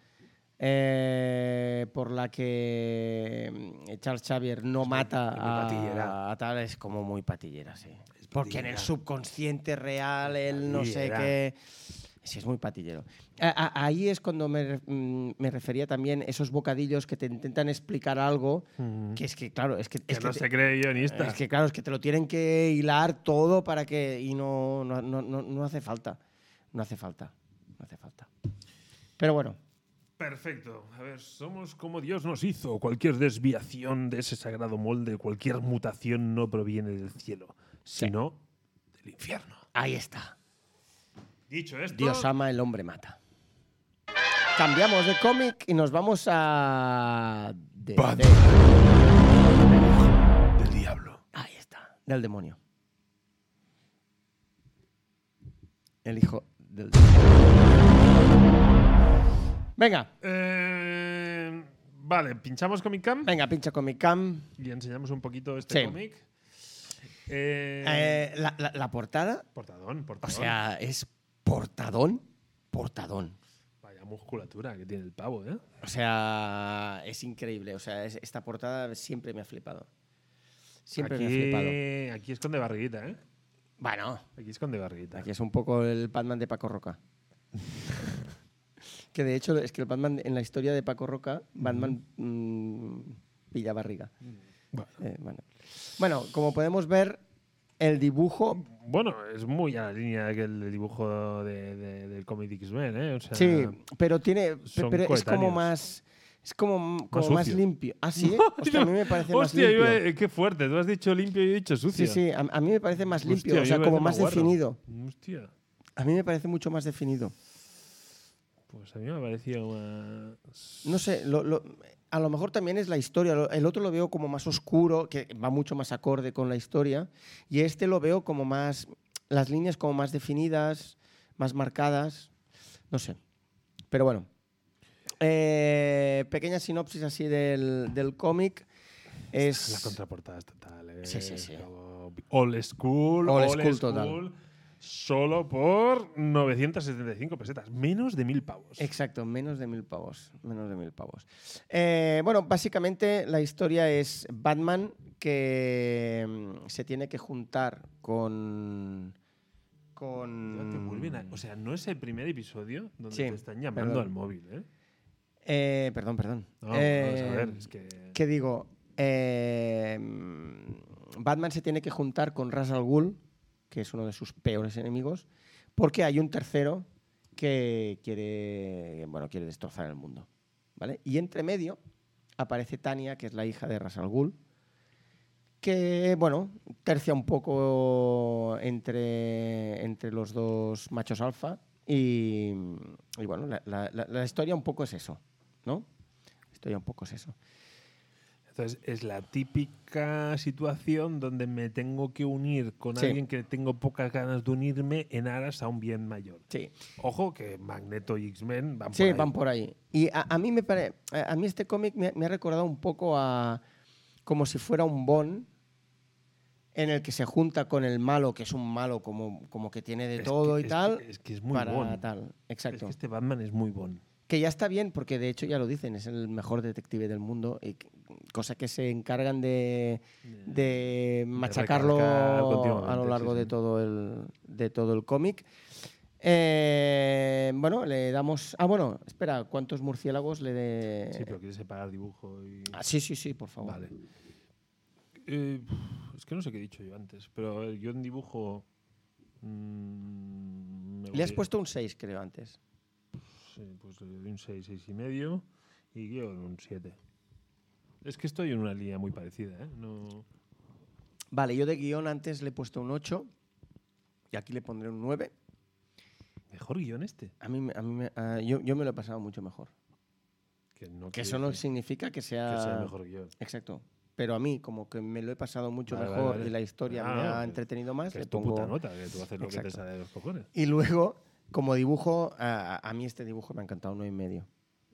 S2: eh, por la que mm, Charles Xavier no mata
S1: muy
S2: a,
S1: patillera.
S2: a tal es como muy patillera, sí. Porque en el
S1: patillera.
S2: subconsciente real él no sé
S1: Patillera.
S2: qué. Sí, es muy patillero. A- a- ahí es cuando me, re- mm, me refería también esos bocadillos que te intentan explicar algo, que es que, claro, es que,
S1: que
S2: es que
S1: no
S2: te-
S1: se cree guionista.
S2: es que claro, es que te lo tienen que hilar todo para que. Y no, no, no- no- no hace falta. No hace falta. No hace falta. Pero bueno,
S1: Perfecto. A ver, somos como Dios nos hizo. Cualquier desviación de ese sagrado molde, cualquier mutación no proviene del cielo, sino del infierno.
S2: ahí está.
S1: Dicho esto,
S2: Dios ama, el hombre mata. Cambiamos de cómic y nos vamos a. de- de-
S1: del diablo.
S2: ahí está. Del demonio. El hijo del demonio. Venga,
S1: Eh, vale, pinchamos Comic Cam
S2: venga, pincha Comic Cam.
S1: y enseñamos un poquito este
S2: Sí.
S1: cómic. Eh,
S2: Eh, la- la- la portada
S1: portadón,
S2: O
S1: portadón.
S2: sea, es portadón, portadón.
S1: Vaya musculatura que tiene el pavo, ¿eh?
S2: O sea, es increíble. O sea, es- esta portada siempre me ha flipado. Siempre me ha flipado.
S1: aquí, aquí esconde barriguita, ¿eh?
S2: Bueno,
S1: Aquí esconde barriguita.
S2: aquí es un poco el Batman de Paco Roca. que de hecho es que el Batman en la historia de Paco Roca, Batman mm, pilla barriga. Eh, bueno. Bueno, como podemos ver, el dibujo
S1: Bueno, es muy a la línea que el dibujo de, de- del cómic de X-Men, ¿eh? O sea,
S2: Sí, pero tiene. pe-
S1: son
S2: Pero es como
S1: coetáneos.
S2: más. Es como, como más,
S1: sucio.
S2: limpio. Ah, sí. Hostia, a mí me parece más
S1: Hostia,
S2: limpio.
S1: yo- eh, qué fuerte. Tú has dicho limpio y yo he dicho
S2: Sí,
S1: sucio.
S2: sí, a, a mí me parece más limpio,
S1: Hostia,
S2: o
S1: yo
S2: sea,
S1: me
S2: como
S1: parece
S2: más
S1: guarro.
S2: definido.
S1: Hostia,
S2: A mí me parece mucho más definido.
S1: pues a mí me ha parecido más...
S2: No sé, lo- lo- a lo mejor también es la historia. Lo- El otro lo veo como más oscuro, que va mucho más acorde con la historia. Y este lo veo como más. Las líneas como más definidas, más marcadas. No sé. Pero bueno. Eh, pequeña sinopsis así del, del cómic. Es.
S1: La contraportada es total, ¿eh?
S2: Sí, sí,
S1: Es
S2: sí.
S1: como Old school,
S2: Old
S1: old,
S2: school
S1: school,
S2: total.
S1: Solo por 975 pesetas, menos de mil pavos.
S2: Exacto, menos de mil pavos. Menos de mil pavos. Eh, bueno, básicamente la historia es Batman que mm, se tiene que juntar con.
S1: Ya te vuelven a-
S2: Con.
S1: O sea, no es el primer episodio donde
S2: Mm. Sí,
S1: te están llamando
S2: perdón.
S1: al móvil, ¿eh?
S2: Eh, perdón, perdón.
S1: No, vamos
S2: Eh,
S1: a ver, es que...
S2: ¿Qué digo? Eh, mm, Batman se tiene que juntar con Ras al Ghul, que es uno de sus peores enemigos, porque hay un tercero que quiere, bueno, quiere destrozar el mundo. ¿vale? Y entre medio aparece Tania, que es la hija de Rasal Ghul, que, bueno, tercia un poco entre, entre los dos machos alfa. Y, y bueno, la, la- la- la historia un poco es eso, ¿no? La historia un poco es eso.
S1: Entonces, es la típica situación donde me tengo que unir con
S2: Sí.
S1: alguien que tengo pocas ganas de unirme en aras a un bien mayor.
S2: Sí.
S1: Ojo que Magneto y X-Men van
S2: Sí,
S1: por ahí.
S2: van por ahí. Y a, a mí me pare- a a mí este cómic me, me ha recordado un poco a como si fuera un Bond en el que se junta con el malo, que es un malo como, como que tiene de
S1: Es
S2: todo
S1: que-
S2: y
S1: es
S2: tal.
S1: que- es que es muy
S2: para
S1: Bond.
S2: tal.
S1: Es
S2: Exacto.
S1: que
S2: que,
S1: este Batman es muy bon.
S2: ya está bien porque de hecho ya lo dicen, es el mejor detective del mundo y que- cosa que se encargan de, de machacarlo
S1: recalcar
S2: a lo
S1: continuamente,
S2: largo
S1: sí,
S2: de
S1: sí.
S2: todo el de todo el cómic. Eh, bueno, le damos. Ah, bueno, espera, ¿cuántos murciélagos le de...
S1: Sí, pero quieres separar dibujo y...
S2: Eh, Ah, sí, sí, sí, por favor.
S1: Vale. Eh, es que no sé qué he dicho yo antes, pero a ver, yo en dibujo... mm, me
S2: Le has
S1: gustaría-
S2: puesto un 6, creo, antes.
S1: Sí, pues le doy un 6, 6 y medio y guión un 7. Es que estoy en una línea muy parecida, ¿eh? No...
S2: Vale, yo de guión antes le he puesto un 8 y aquí le pondré un 9.
S1: Mejor guión este.
S2: A mí, me- a mí me- ah, yo, yo me lo he pasado mucho mejor.
S1: Que, no
S2: Que
S1: quiere
S2: eso no
S1: decir
S2: significa que sea.
S1: que sea mejor guión.
S2: Exacto. Pero a mí, como que me lo he pasado mucho
S1: Vale, vale,
S2: mejor
S1: vale.
S2: y la historia me
S1: Ah,
S2: ha
S1: que-
S2: entretenido más,
S1: Que
S2: le
S1: es tu
S2: pongo.
S1: puta nota, que tú haces lo que te
S2: Exacto.
S1: sale de los cojones.
S2: Y luego, como dibujo, a, a mí este dibujo me ha encantado, nueve y medio.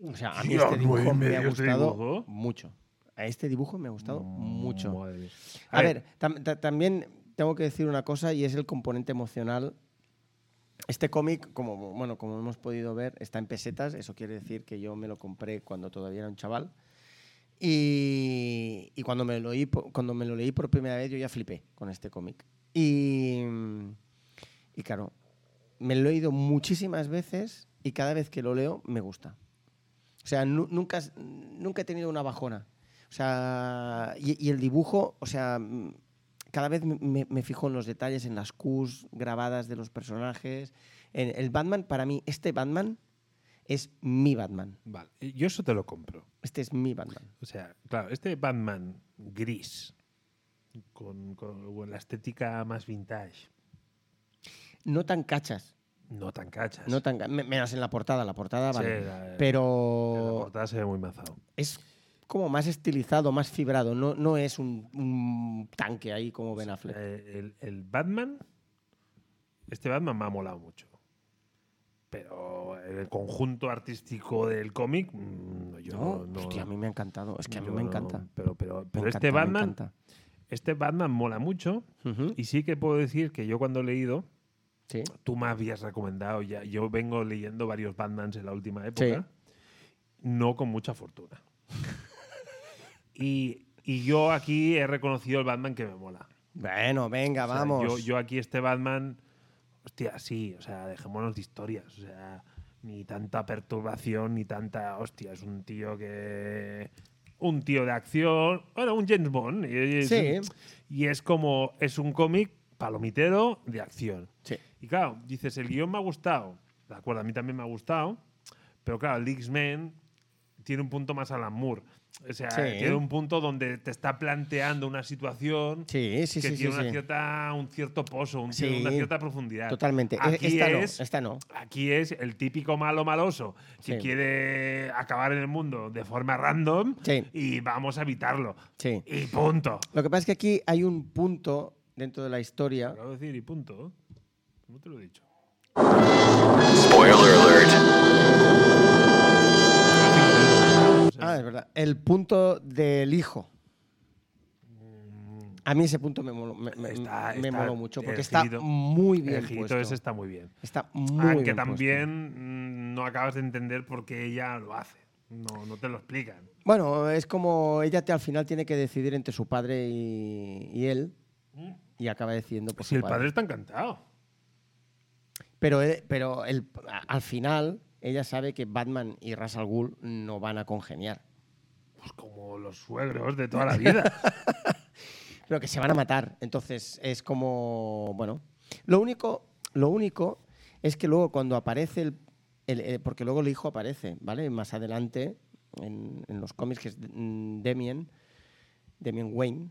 S2: O sea, a mí este dibujo me ha gustado mucho. A este dibujo me ha gustado
S1: Mm,
S2: mucho.
S1: Madre mía.
S2: A ver, tam- ta- también tengo que decir una cosa y es el componente emocional. Este cómic, como, bueno, como hemos podido ver, está en pesetas. Eso quiere decir que yo me lo compré cuando todavía era un chaval. Y, y cuando, me lo oí po- cuando me lo leí por primera vez, yo ya flipé con este cómic. Y, y claro, me lo he oído muchísimas veces y cada vez que lo leo me gusta. O sea, nu- nunca, has- nunca he tenido una bajona. O sea, y, y el dibujo, o sea, mm, cada vez me- me, me fijo en los detalles, en las Qs grabadas de los personajes. En el Batman, para mí, este Batman es mi Batman.
S1: Vale, eh, yo eso te lo compro.
S2: Este es mi Batman.
S1: O sea, claro, este Batman gris, con, con- con la estética más vintage,
S2: No tan cachas,
S1: no tan cachas.
S2: no tan, ca- me- menos en la portada, la portada,
S1: Sí,
S2: vale.
S1: la- La
S2: Pero
S1: portada se ve muy mazado.
S2: es como más estilizado, más fibrado, no, no es un, un tanque ahí como Ben Affleck.
S1: Eh, el, el Batman, este Batman me ha molado mucho. Pero el conjunto artístico del cómic, mm, no, yo
S2: No,
S1: no, no-
S2: hostia, a mí me ha encantado, es que a mí
S1: yo
S2: me
S1: no-
S2: encanta.
S1: pero pero, pero
S2: Me
S1: este,
S2: encanta, me
S1: Batman,
S2: encanta.
S1: este Batman mola mucho.
S2: Ujú,
S1: Y sí que puedo decir que yo cuando he leído,
S2: Sí.
S1: tú me habías recomendado ya. Yo vengo leyendo varios Batmans en la última época. No con mucha fortuna. y, y yo aquí he reconocido el Batman que me mola.
S2: Bueno, venga,
S1: O sea,
S2: vamos.
S1: yo, yo aquí este Batman, hostia, sí, o sea, dejémonos de historias, o sea, ni tanta perturbación, ni tanta, hostia, es un tío que... Un tío de acción, bueno, un James Bond. y- y-
S2: Sí.
S1: Y es como, es un cómic palomitero de acción.
S2: Sí.
S1: Y claro, dices, el guión me ha gustado, de acuerdo, a mí también me ha gustado, pero claro, el X-Men tiene un punto más Alan Moore. O sea,
S2: Sí.
S1: tiene un punto donde te está planteando una situación
S2: Sí, sí,
S1: que
S2: sí, sí,
S1: tiene una
S2: sí.
S1: cierta, un cierto pozo, un-
S2: Sí.
S1: una cierta profundidad.
S2: Totalmente. E-
S1: Aquí
S2: esta
S1: es,
S2: no, esta no.
S1: Aquí es el típico malo maloso que
S2: Sí.
S1: quiere acabar en el mundo de forma random
S2: Sí.
S1: y vamos a evitarlo.
S2: Sí.
S1: Y punto.
S2: Lo que pasa es que aquí hay un punto dentro de la historia.
S1: Acabo de decir y punto. No te lo he dicho.
S3: Spoiler alert.
S2: Ah, es verdad. El punto del hijo. A mí ese punto me moló, me, me-
S1: Mm. Está-
S2: Mm, me
S1: está
S2: moló mucho porque
S1: el
S2: está
S1: girito-
S2: muy bien
S1: el girito
S2: puesto.
S1: ese está muy bien.
S2: Está muy
S1: Aunque
S2: bien
S1: este también mm, no acabas de entender por qué ella lo hace. No, no te lo explican.
S2: puesto. Bueno, es como ella te- al final tiene que decidir entre su padre y, y él y acaba decidiendo por
S1: ¿Mm? Si
S2: su
S1: el padre está encantado.
S2: Pero, eh, pero el- a- al final ella sabe que Batman y Ra's al Ghul no van a congeniar.
S1: Pues como los suegros de toda la vida.
S2: pero que se van a matar. Entonces es como, bueno, lo único, lo único eh, es que luego cuando aparece el, el- el- porque luego el hijo aparece, ¿vale? Más adelante en, en los cómics, que es mm, Demian, Demian Wayne,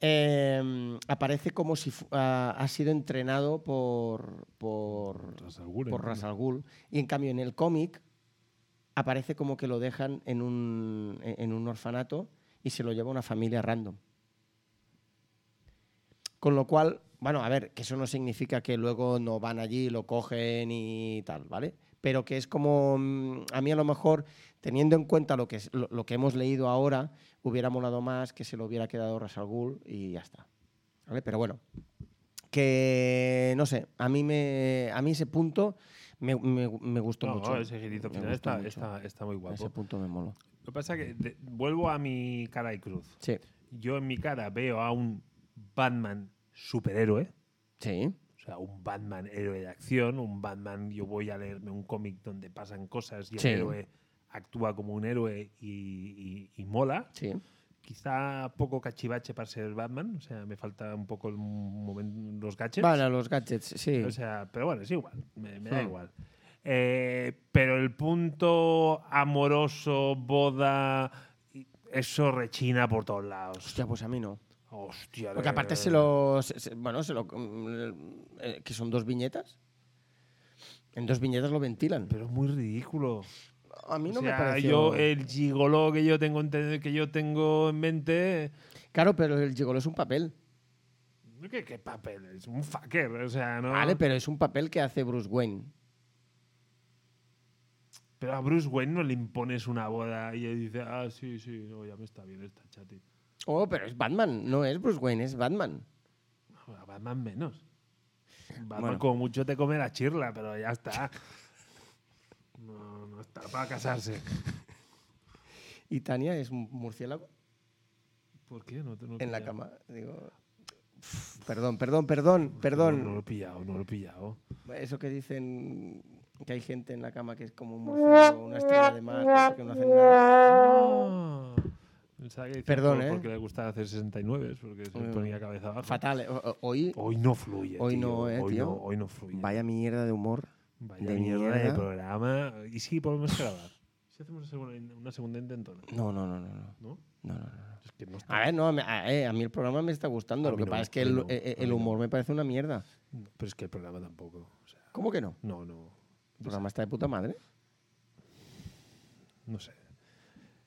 S2: eh, aparece como si fu- ah, ha sido entrenado por, por,
S1: Ra's al Ghul,
S2: por
S1: entiendo.
S2: Ra's al Ghul. Y en cambio en el cómic aparece como que lo dejan en un, en un orfanato y se lo lleva una familia random. Con lo cual, bueno, a ver, que eso no significa que luego no van allí, lo cogen y tal, ¿vale? Pero que es como, mm, a mí a lo mejor, teniendo en cuenta lo que, es- lo, lo que hemos leído ahora, hubiera molado más que se lo hubiera quedado Ra's al Ghul y ya está. ¿Vale? Pero bueno, que no sé, a mí, me, a mí ese punto me, me- me gustó
S1: No,
S2: mucho.
S1: ese girito
S2: Me
S1: final
S2: gustó
S1: está,
S2: mucho.
S1: está- está muy guapo.
S2: Ese punto me moló.
S1: Lo que pasa es que de- vuelvo a mi cara y cruz.
S2: Sí,
S1: Yo en mi cara veo a un Batman superhéroe.
S2: sí,
S1: O sea, un Batman héroe de acción, un Batman, yo voy a leerme un cómic donde pasan cosas y
S2: Sí.
S1: el héroe actúa como un héroe y, y- y mola.
S2: sí.
S1: Quizá poco cachivache para ser Batman, o sea, me falta un poco el momen- los gaches.
S2: Vale, los gadgets, sí.
S1: O sea, pero bueno, es igual, me, me da
S2: Hmm.
S1: igual. Eh, pero el punto amoroso, boda, y- eso rechina por todos lados.
S2: Hostia, pues a mí no.
S1: Hostia,
S2: Porque aparte se lo. se- se- bueno, se lo. mm, eh, que son dos viñetas. En dos viñetas lo ventilan.
S1: Pero es muy ridículo.
S2: a mí no
S1: o sea,
S2: me pareció.
S1: yo eh, el gigoló que yo tengo ente- que yo tengo en mente
S2: Claro, pero el gigolo es un papel.
S1: ¿qué, qué papel es un fucker o sea no
S2: Vale, pero es un papel que hace Bruce Wayne.
S1: Pero a Bruce Wayne no le impones una boda y él dice ah sí sí no ya me está bien esta chati
S2: Oh, pero es Batman. No es Bruce Wayne, es Batman.
S1: a Batman menos Batman
S2: Bueno.
S1: como mucho te come la chirla pero ya está no no está para casarse
S2: Y Tania es un murciélago
S1: ¿por qué no, te- no he
S2: en la
S1: pillado.
S2: cama. Digo. Uf, Perdón, perdón, perdón, perdón.
S1: no, no lo he pillado no lo he pillado
S2: Eso que dicen que hay gente en la cama que es como un murciélago, una estrella de mar, que no hacen nada.
S1: Ah, pensaba que decía
S2: Perdón,
S1: por-
S2: ¿eh?
S1: porque le gustaba hacer 69 porque se
S2: Mm.
S1: ponía cabeza abajo
S2: Fatal. eh, o- o- Hoy,
S1: Hoy no fluye.
S2: Hoy
S1: tío.
S2: no, eh,
S1: hoy
S2: tío.
S1: No, hoy no fluye.
S2: vaya mierda de humor.
S1: Vaya
S2: de
S1: mierda, de
S2: mierda.
S1: programa. Y sí, podemos grabar. Si hacemos una segunda, una segunda intentona,
S2: No, no, no, no, no.
S1: ¿no?
S2: no, no, no.
S1: Es que no está.
S2: A ver, no, a mí, a- eh, a mí el programa me está gustando.
S1: A
S2: Lo
S1: mí
S2: que
S1: no,
S2: pasa es que
S1: a mí
S2: el,
S1: no,
S2: eh,
S1: a mí
S2: el
S1: no.
S2: humor me parece una mierda.
S1: Pero es que el programa tampoco. O sea,
S2: ¿Cómo que no?
S1: no, no.
S2: El programa está de puta madre.
S1: No sé.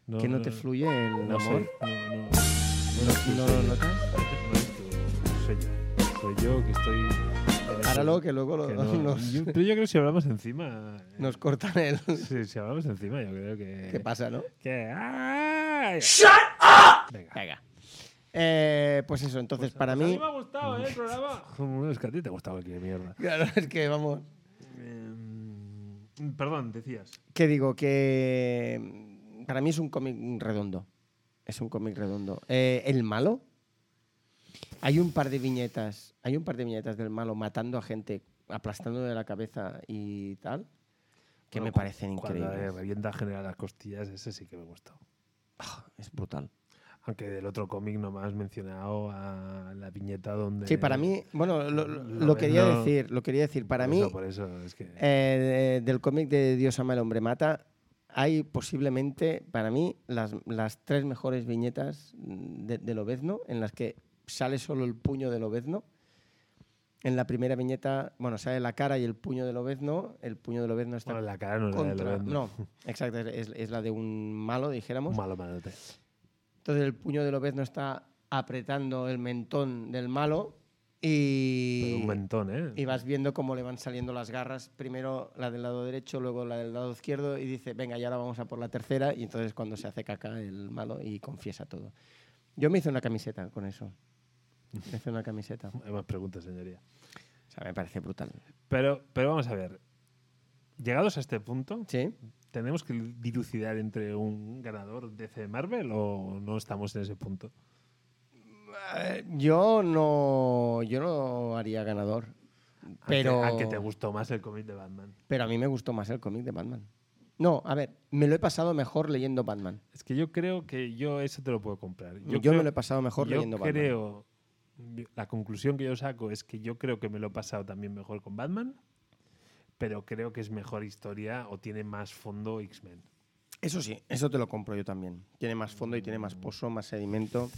S1: No,
S2: ¿Que no te fluye el
S1: No sé.
S2: amor?
S1: No, no. No,
S2: ¿No lo notas?
S1: no, soy yo. Soy yo que estoy. en ese-
S2: Páralo, que luego lo-
S1: que no.
S2: nos,
S1: Yo- pero yo creo que si hablamos encima. eh,
S2: nos cortan el...
S1: sí, si hablamos encima, yo creo que.
S2: ¿Qué pasa, no?
S1: Que. ¡Shut up! Venga.
S2: Venga. Eh, pues eso, entonces para
S1: Pues a
S2: mí...
S1: me ha gustado, ¿eh? El programa. Joder, es que a ti te ha gustado aquí, mierda.
S2: Claro, es que vamos...
S1: Eh, perdón, decías.
S2: Que digo que mm, para mí es un cómic redondo. Es un cómic redondo. Eh, el malo. Hay un par de viñetas. Hay un par de viñetas del malo matando a gente, aplastando de la cabeza y tal. Que
S1: Bueno,
S2: me
S1: cu-
S2: parecen
S1: cuando le
S2: increíbles.
S1: revienta general las costillas, ese sí que me gustó.
S2: Es brutal.
S1: Aunque del otro cómic no me has mencionado a la viñeta donde.
S2: Sí, para mí, bueno, lo, lo-
S1: no,
S2: lo quería
S1: no.
S2: decir, lo quería decir. Para
S1: Por
S2: mí,
S1: eso, por eso, es que.
S2: Eh, de- del cómic de Dios ama el hombre mata, hay posiblemente, para mí, las, las tres mejores viñetas mm, de, del Obezno, en las que sale solo el puño del Obezno. En la primera viñeta, bueno, sale la cara y el puño del Obezno. El puño del Obezno está
S1: bueno, la cara no era de
S2: contra.
S1: Lobezno.
S2: No, exacto, es, es la de un malo, dijéramos.
S1: Malo, malote.
S2: Entonces el puño del Obezno está apretando el mentón del malo y.
S1: Pero un mentón, ¿eh?
S2: Y vas viendo cómo le van saliendo las garras, primero la del lado derecho, luego la del lado izquierdo, y dice, venga, y ahora vamos a por la tercera, y entonces cuando se hace caca el malo y confiesa todo. Yo me hice una camiseta con eso. Me hice una camiseta. O
S1: Hay más preguntas, señoría.
S2: sea, me parece brutal.
S1: Pero, pero vamos a ver. Llegados a este punto,
S2: Sí.
S1: ¿Tenemos que dilucidar entre un ganador DC de Marvel o no estamos en ese punto?
S2: Eh, Yo no, yo no haría ganador. Pero,
S1: A que, te gustó más el cómic de Batman.
S2: pero a mí me gustó más el cómic de Batman. No, a ver, me lo he pasado mejor leyendo Batman.
S1: Es que yo creo que yo eso te lo puedo comprar.
S2: Yo,
S1: creo-
S2: me lo he pasado mejor
S1: yo
S2: leyendo Batman.
S1: creo, La conclusión que yo saco es que yo creo que me lo he pasado también mejor con Batman, pero creo que es mejor historia o tiene más fondo X-Men.
S2: Eso sí, eso te lo compro yo también. Tiene más fondo y tiene más pozo, más sedimento.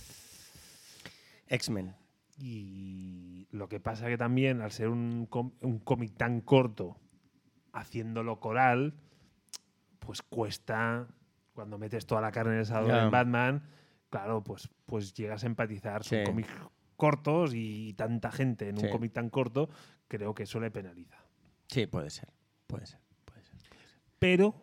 S2: X-Men.
S1: Y lo que pasa que también, al ser un, com- un cómic tan corto, haciéndolo coral, pues cuesta, cuando metes toda la carne en el asador
S2: Ya.
S1: en Batman, claro, pues, pues llegas a empatizar. Son
S2: Sí.
S1: cómics cortos y tanta gente en
S2: Sí.
S1: un cómic tan corto, creo que eso le penaliza.
S2: Sí, puede ser. Puede ser. Puede ser.
S1: Pero,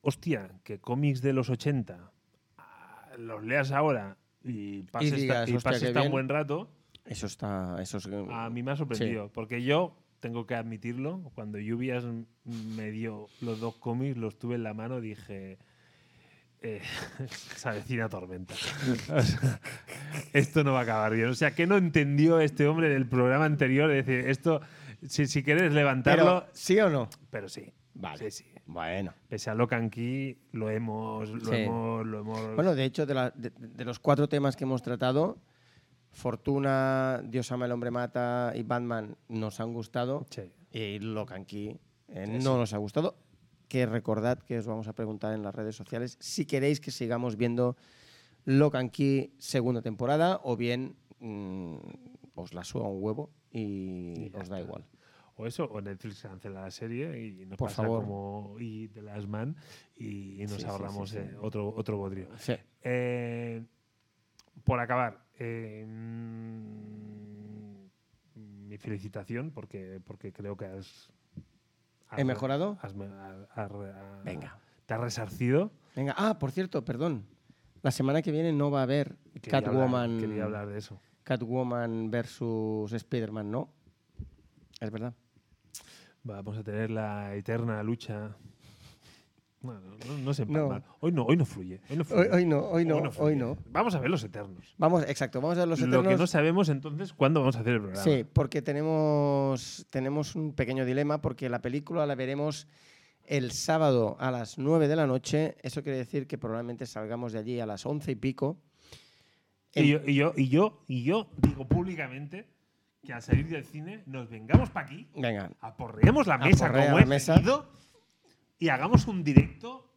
S1: hostia, que cómics de los 80 ah, los leas ahora y pases, ta-
S2: digas,
S1: y
S2: "Hostia,
S1: pases
S2: qué
S1: tan
S2: bien".
S1: buen rato,
S2: Eso está. Eso es, eh,
S1: a mí me ha sorprendido. Porque yo, tengo que admitirlo, cuando Lluvias m- me dio los dos cómics, los tuve en la mano, dije. Eh, se avecina tormenta. O sea, esto no va a acabar bien. O sea, que no entendió este hombre del programa anterior? Es decir, esto, si, si quieres levantarlo,
S2: Pero, ¿sí o no?
S1: pero, sí.
S2: Vale.
S1: Sí, sí.
S2: Bueno.
S1: Pese a Locan Key, lo hemos. Lo
S2: Sí.
S1: hemos, lo hemos-
S2: Bueno, de hecho, de, la- de- de los cuatro temas que hemos tratado, Fortuna, Dios ama el hombre mata y Batman nos han gustado.
S1: Sí.
S2: Y Locan Key eh, no nos ha gustado. Que recordad que os vamos a preguntar en las redes sociales si queréis que sigamos viendo Locan Key segunda temporada o bien mm, os la suba un huevo y,
S1: Y ya
S2: os da
S1: está.
S2: igual.
S1: O eso, o Netflix cancela la serie y nos
S2: Por
S1: pasa
S2: favor.
S1: como y The Last Man y, y nos
S2: Sí, sí,
S1: ahorramos
S2: sí, sí.
S1: eh, otro, otro bodrio.
S2: Sí.
S1: Eh, por acabar, eh, mm, mi felicitación porque, porque creo que has... has
S2: ¿He
S1: re-
S2: mejorado?
S1: has me- has- has re- has-
S2: Venga.
S1: Te has resarcido.
S2: Venga, ah, por cierto, perdón. La semana que viene no va a haber
S1: Quería hablar-
S2: Catwoman.
S1: quería hablar de eso.
S2: Catwoman versus Spider-Man, ¿no? Es verdad.
S1: Vamos a tener la eterna lucha. Bueno, no, no se
S2: No.
S1: empalma. Hoy no, hoy no fluye. Hoy no, fluye.
S2: Hoy, hoy no, hoy no, hoy
S1: fluye.
S2: no.
S1: Vamos a ver los eternos.
S2: Vamos, exacto, vamos a ver los
S1: Lo que
S2: Eternos.
S1: no sabemos entonces cuándo vamos a hacer el programa.
S2: sí, porque tenemos, tenemos un pequeño dilema, porque la película la veremos el sábado a las 9 de la noche. Eso quiere decir que probablemente salgamos de allí a las 11 y pico.
S1: Y, yo, y, yo, y, yo, y yo digo públicamente que al salir del cine nos vengamos para aquí,
S2: Venga,
S1: aporreemos la mesa
S2: Aporrea
S1: como
S2: la
S1: he
S2: mesa.
S1: pedido y hagamos un directo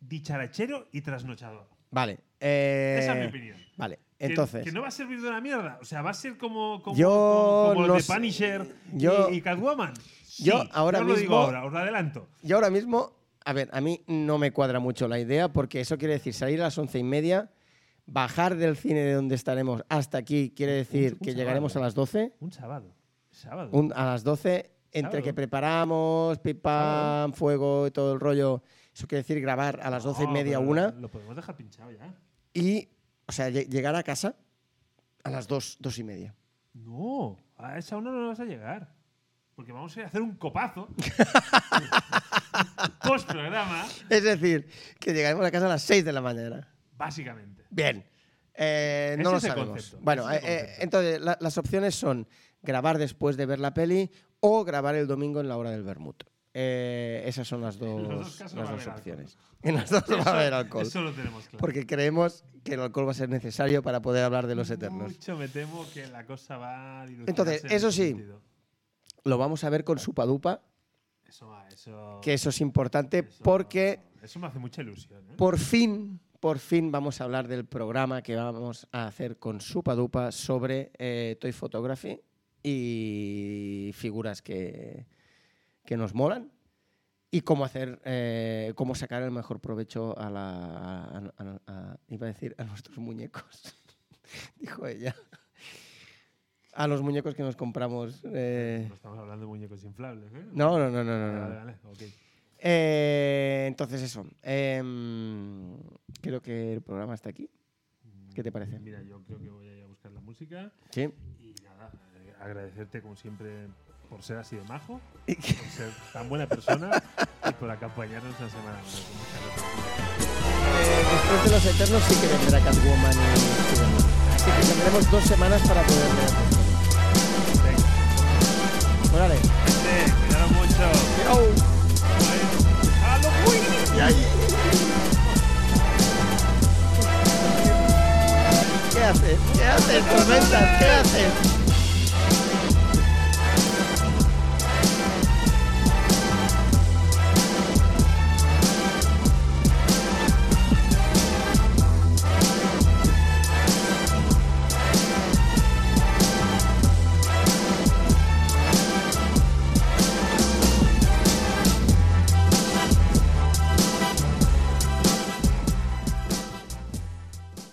S1: dicharachero y trasnochador.
S2: vale. eh,
S1: Esa es mi opinión.
S2: Vale,
S1: Que-
S2: entonces.
S1: Que, no va a servir de una mierda. O sea, va a ser como, como,
S2: Yo
S1: como- como
S2: no
S1: el de
S2: sé.
S1: Punisher y-
S2: Yo-
S1: y, Catwoman. Sí,
S2: yo ahora
S1: yo lo digo
S2: mismo-
S1: ahora, os lo adelanto.
S2: Y ahora mismo, a ver, a mí no me cuadra mucho la idea, porque eso quiere decir salir a las once y media, bajar del cine de donde estaremos hasta aquí, quiere decir
S1: un
S2: que
S1: sábado.
S2: llegaremos a las 12.
S1: Un sábado. Sábado.
S2: un- a las 12, entre
S1: Sábado.
S2: que preparamos, pipam, fuego y todo el rollo, eso quiere decir grabar a las doce y
S1: No,
S2: media,
S1: pero
S2: una,
S1: Lo podemos dejar pinchado ya.
S2: y, o sea, lle- llegar a casa a las dos, dos y media.
S1: No, a esa una no vas a llegar. Porque vamos a ir a hacer un copazo. Post programa,
S2: Es decir, que llegaremos a casa a las 6 de la mañana.
S1: básicamente.
S2: Bien. Eh,
S1: Ese
S2: no lo
S1: es el
S2: sabemos.
S1: concepto,
S2: Bueno,
S1: ese es el
S2: eh, eh,
S1: concepto.
S2: entonces la- las opciones son grabar después de ver la peli o grabar el domingo en la hora del vermut. Eh, esas son las dos,
S1: los dos casos
S2: las
S1: va a
S2: dos
S1: haber
S2: opciones. En las dos va a haber alcohol.
S1: Eso lo tenemos claro.
S2: Porque creemos que el alcohol va a ser necesario para poder hablar de los eternos.
S1: Mucho me temo que la cosa va a dilucidarse
S2: Entonces,
S1: en ese
S2: eso sí.
S1: sentido.
S2: Lo vamos a ver con Supadupa,
S1: Eso, va, eso,
S2: que eso es importante
S1: eso-
S2: porque
S1: Eso me hace mucha ilusión. ¿eh?
S2: Por fin, por fin vamos a hablar del programa que vamos a hacer con Supadupa sobre eh, Toy Photography y figuras que, que nos molan y cómo hacer, eh, cómo sacar el mejor provecho a la, a- a- a- iba a decir, a nuestros muñecos, dijo ella. A los muñecos que nos compramos. eh.
S1: No estamos hablando de muñecos inflables. ¿eh?
S2: No, no, no, no, no.
S1: Vale,
S2: no.
S1: vale, vale, ok.
S2: Eh, entonces eso. em, creo que el programa está aquí. ¿Qué te parece?
S1: Mira, yo creo que voy a ir a buscar la música.
S2: Sí.
S1: Y nada, eh, agradecerte como siempre por ser así de majo, por ser tan buena persona y por acompañarnos una semana más. Muchas gracias.
S2: después de los Eternos sí que vendrá Catwoman y Spiderman. Así que tendremos dos semanas para poder ver.
S1: Venga,
S2: Órale.
S1: gente, cuidado mucho.
S2: Chao.
S1: Halloween.
S2: ¿Qué haces? ¿Qué haces, Tormentas? ¿Qué haces?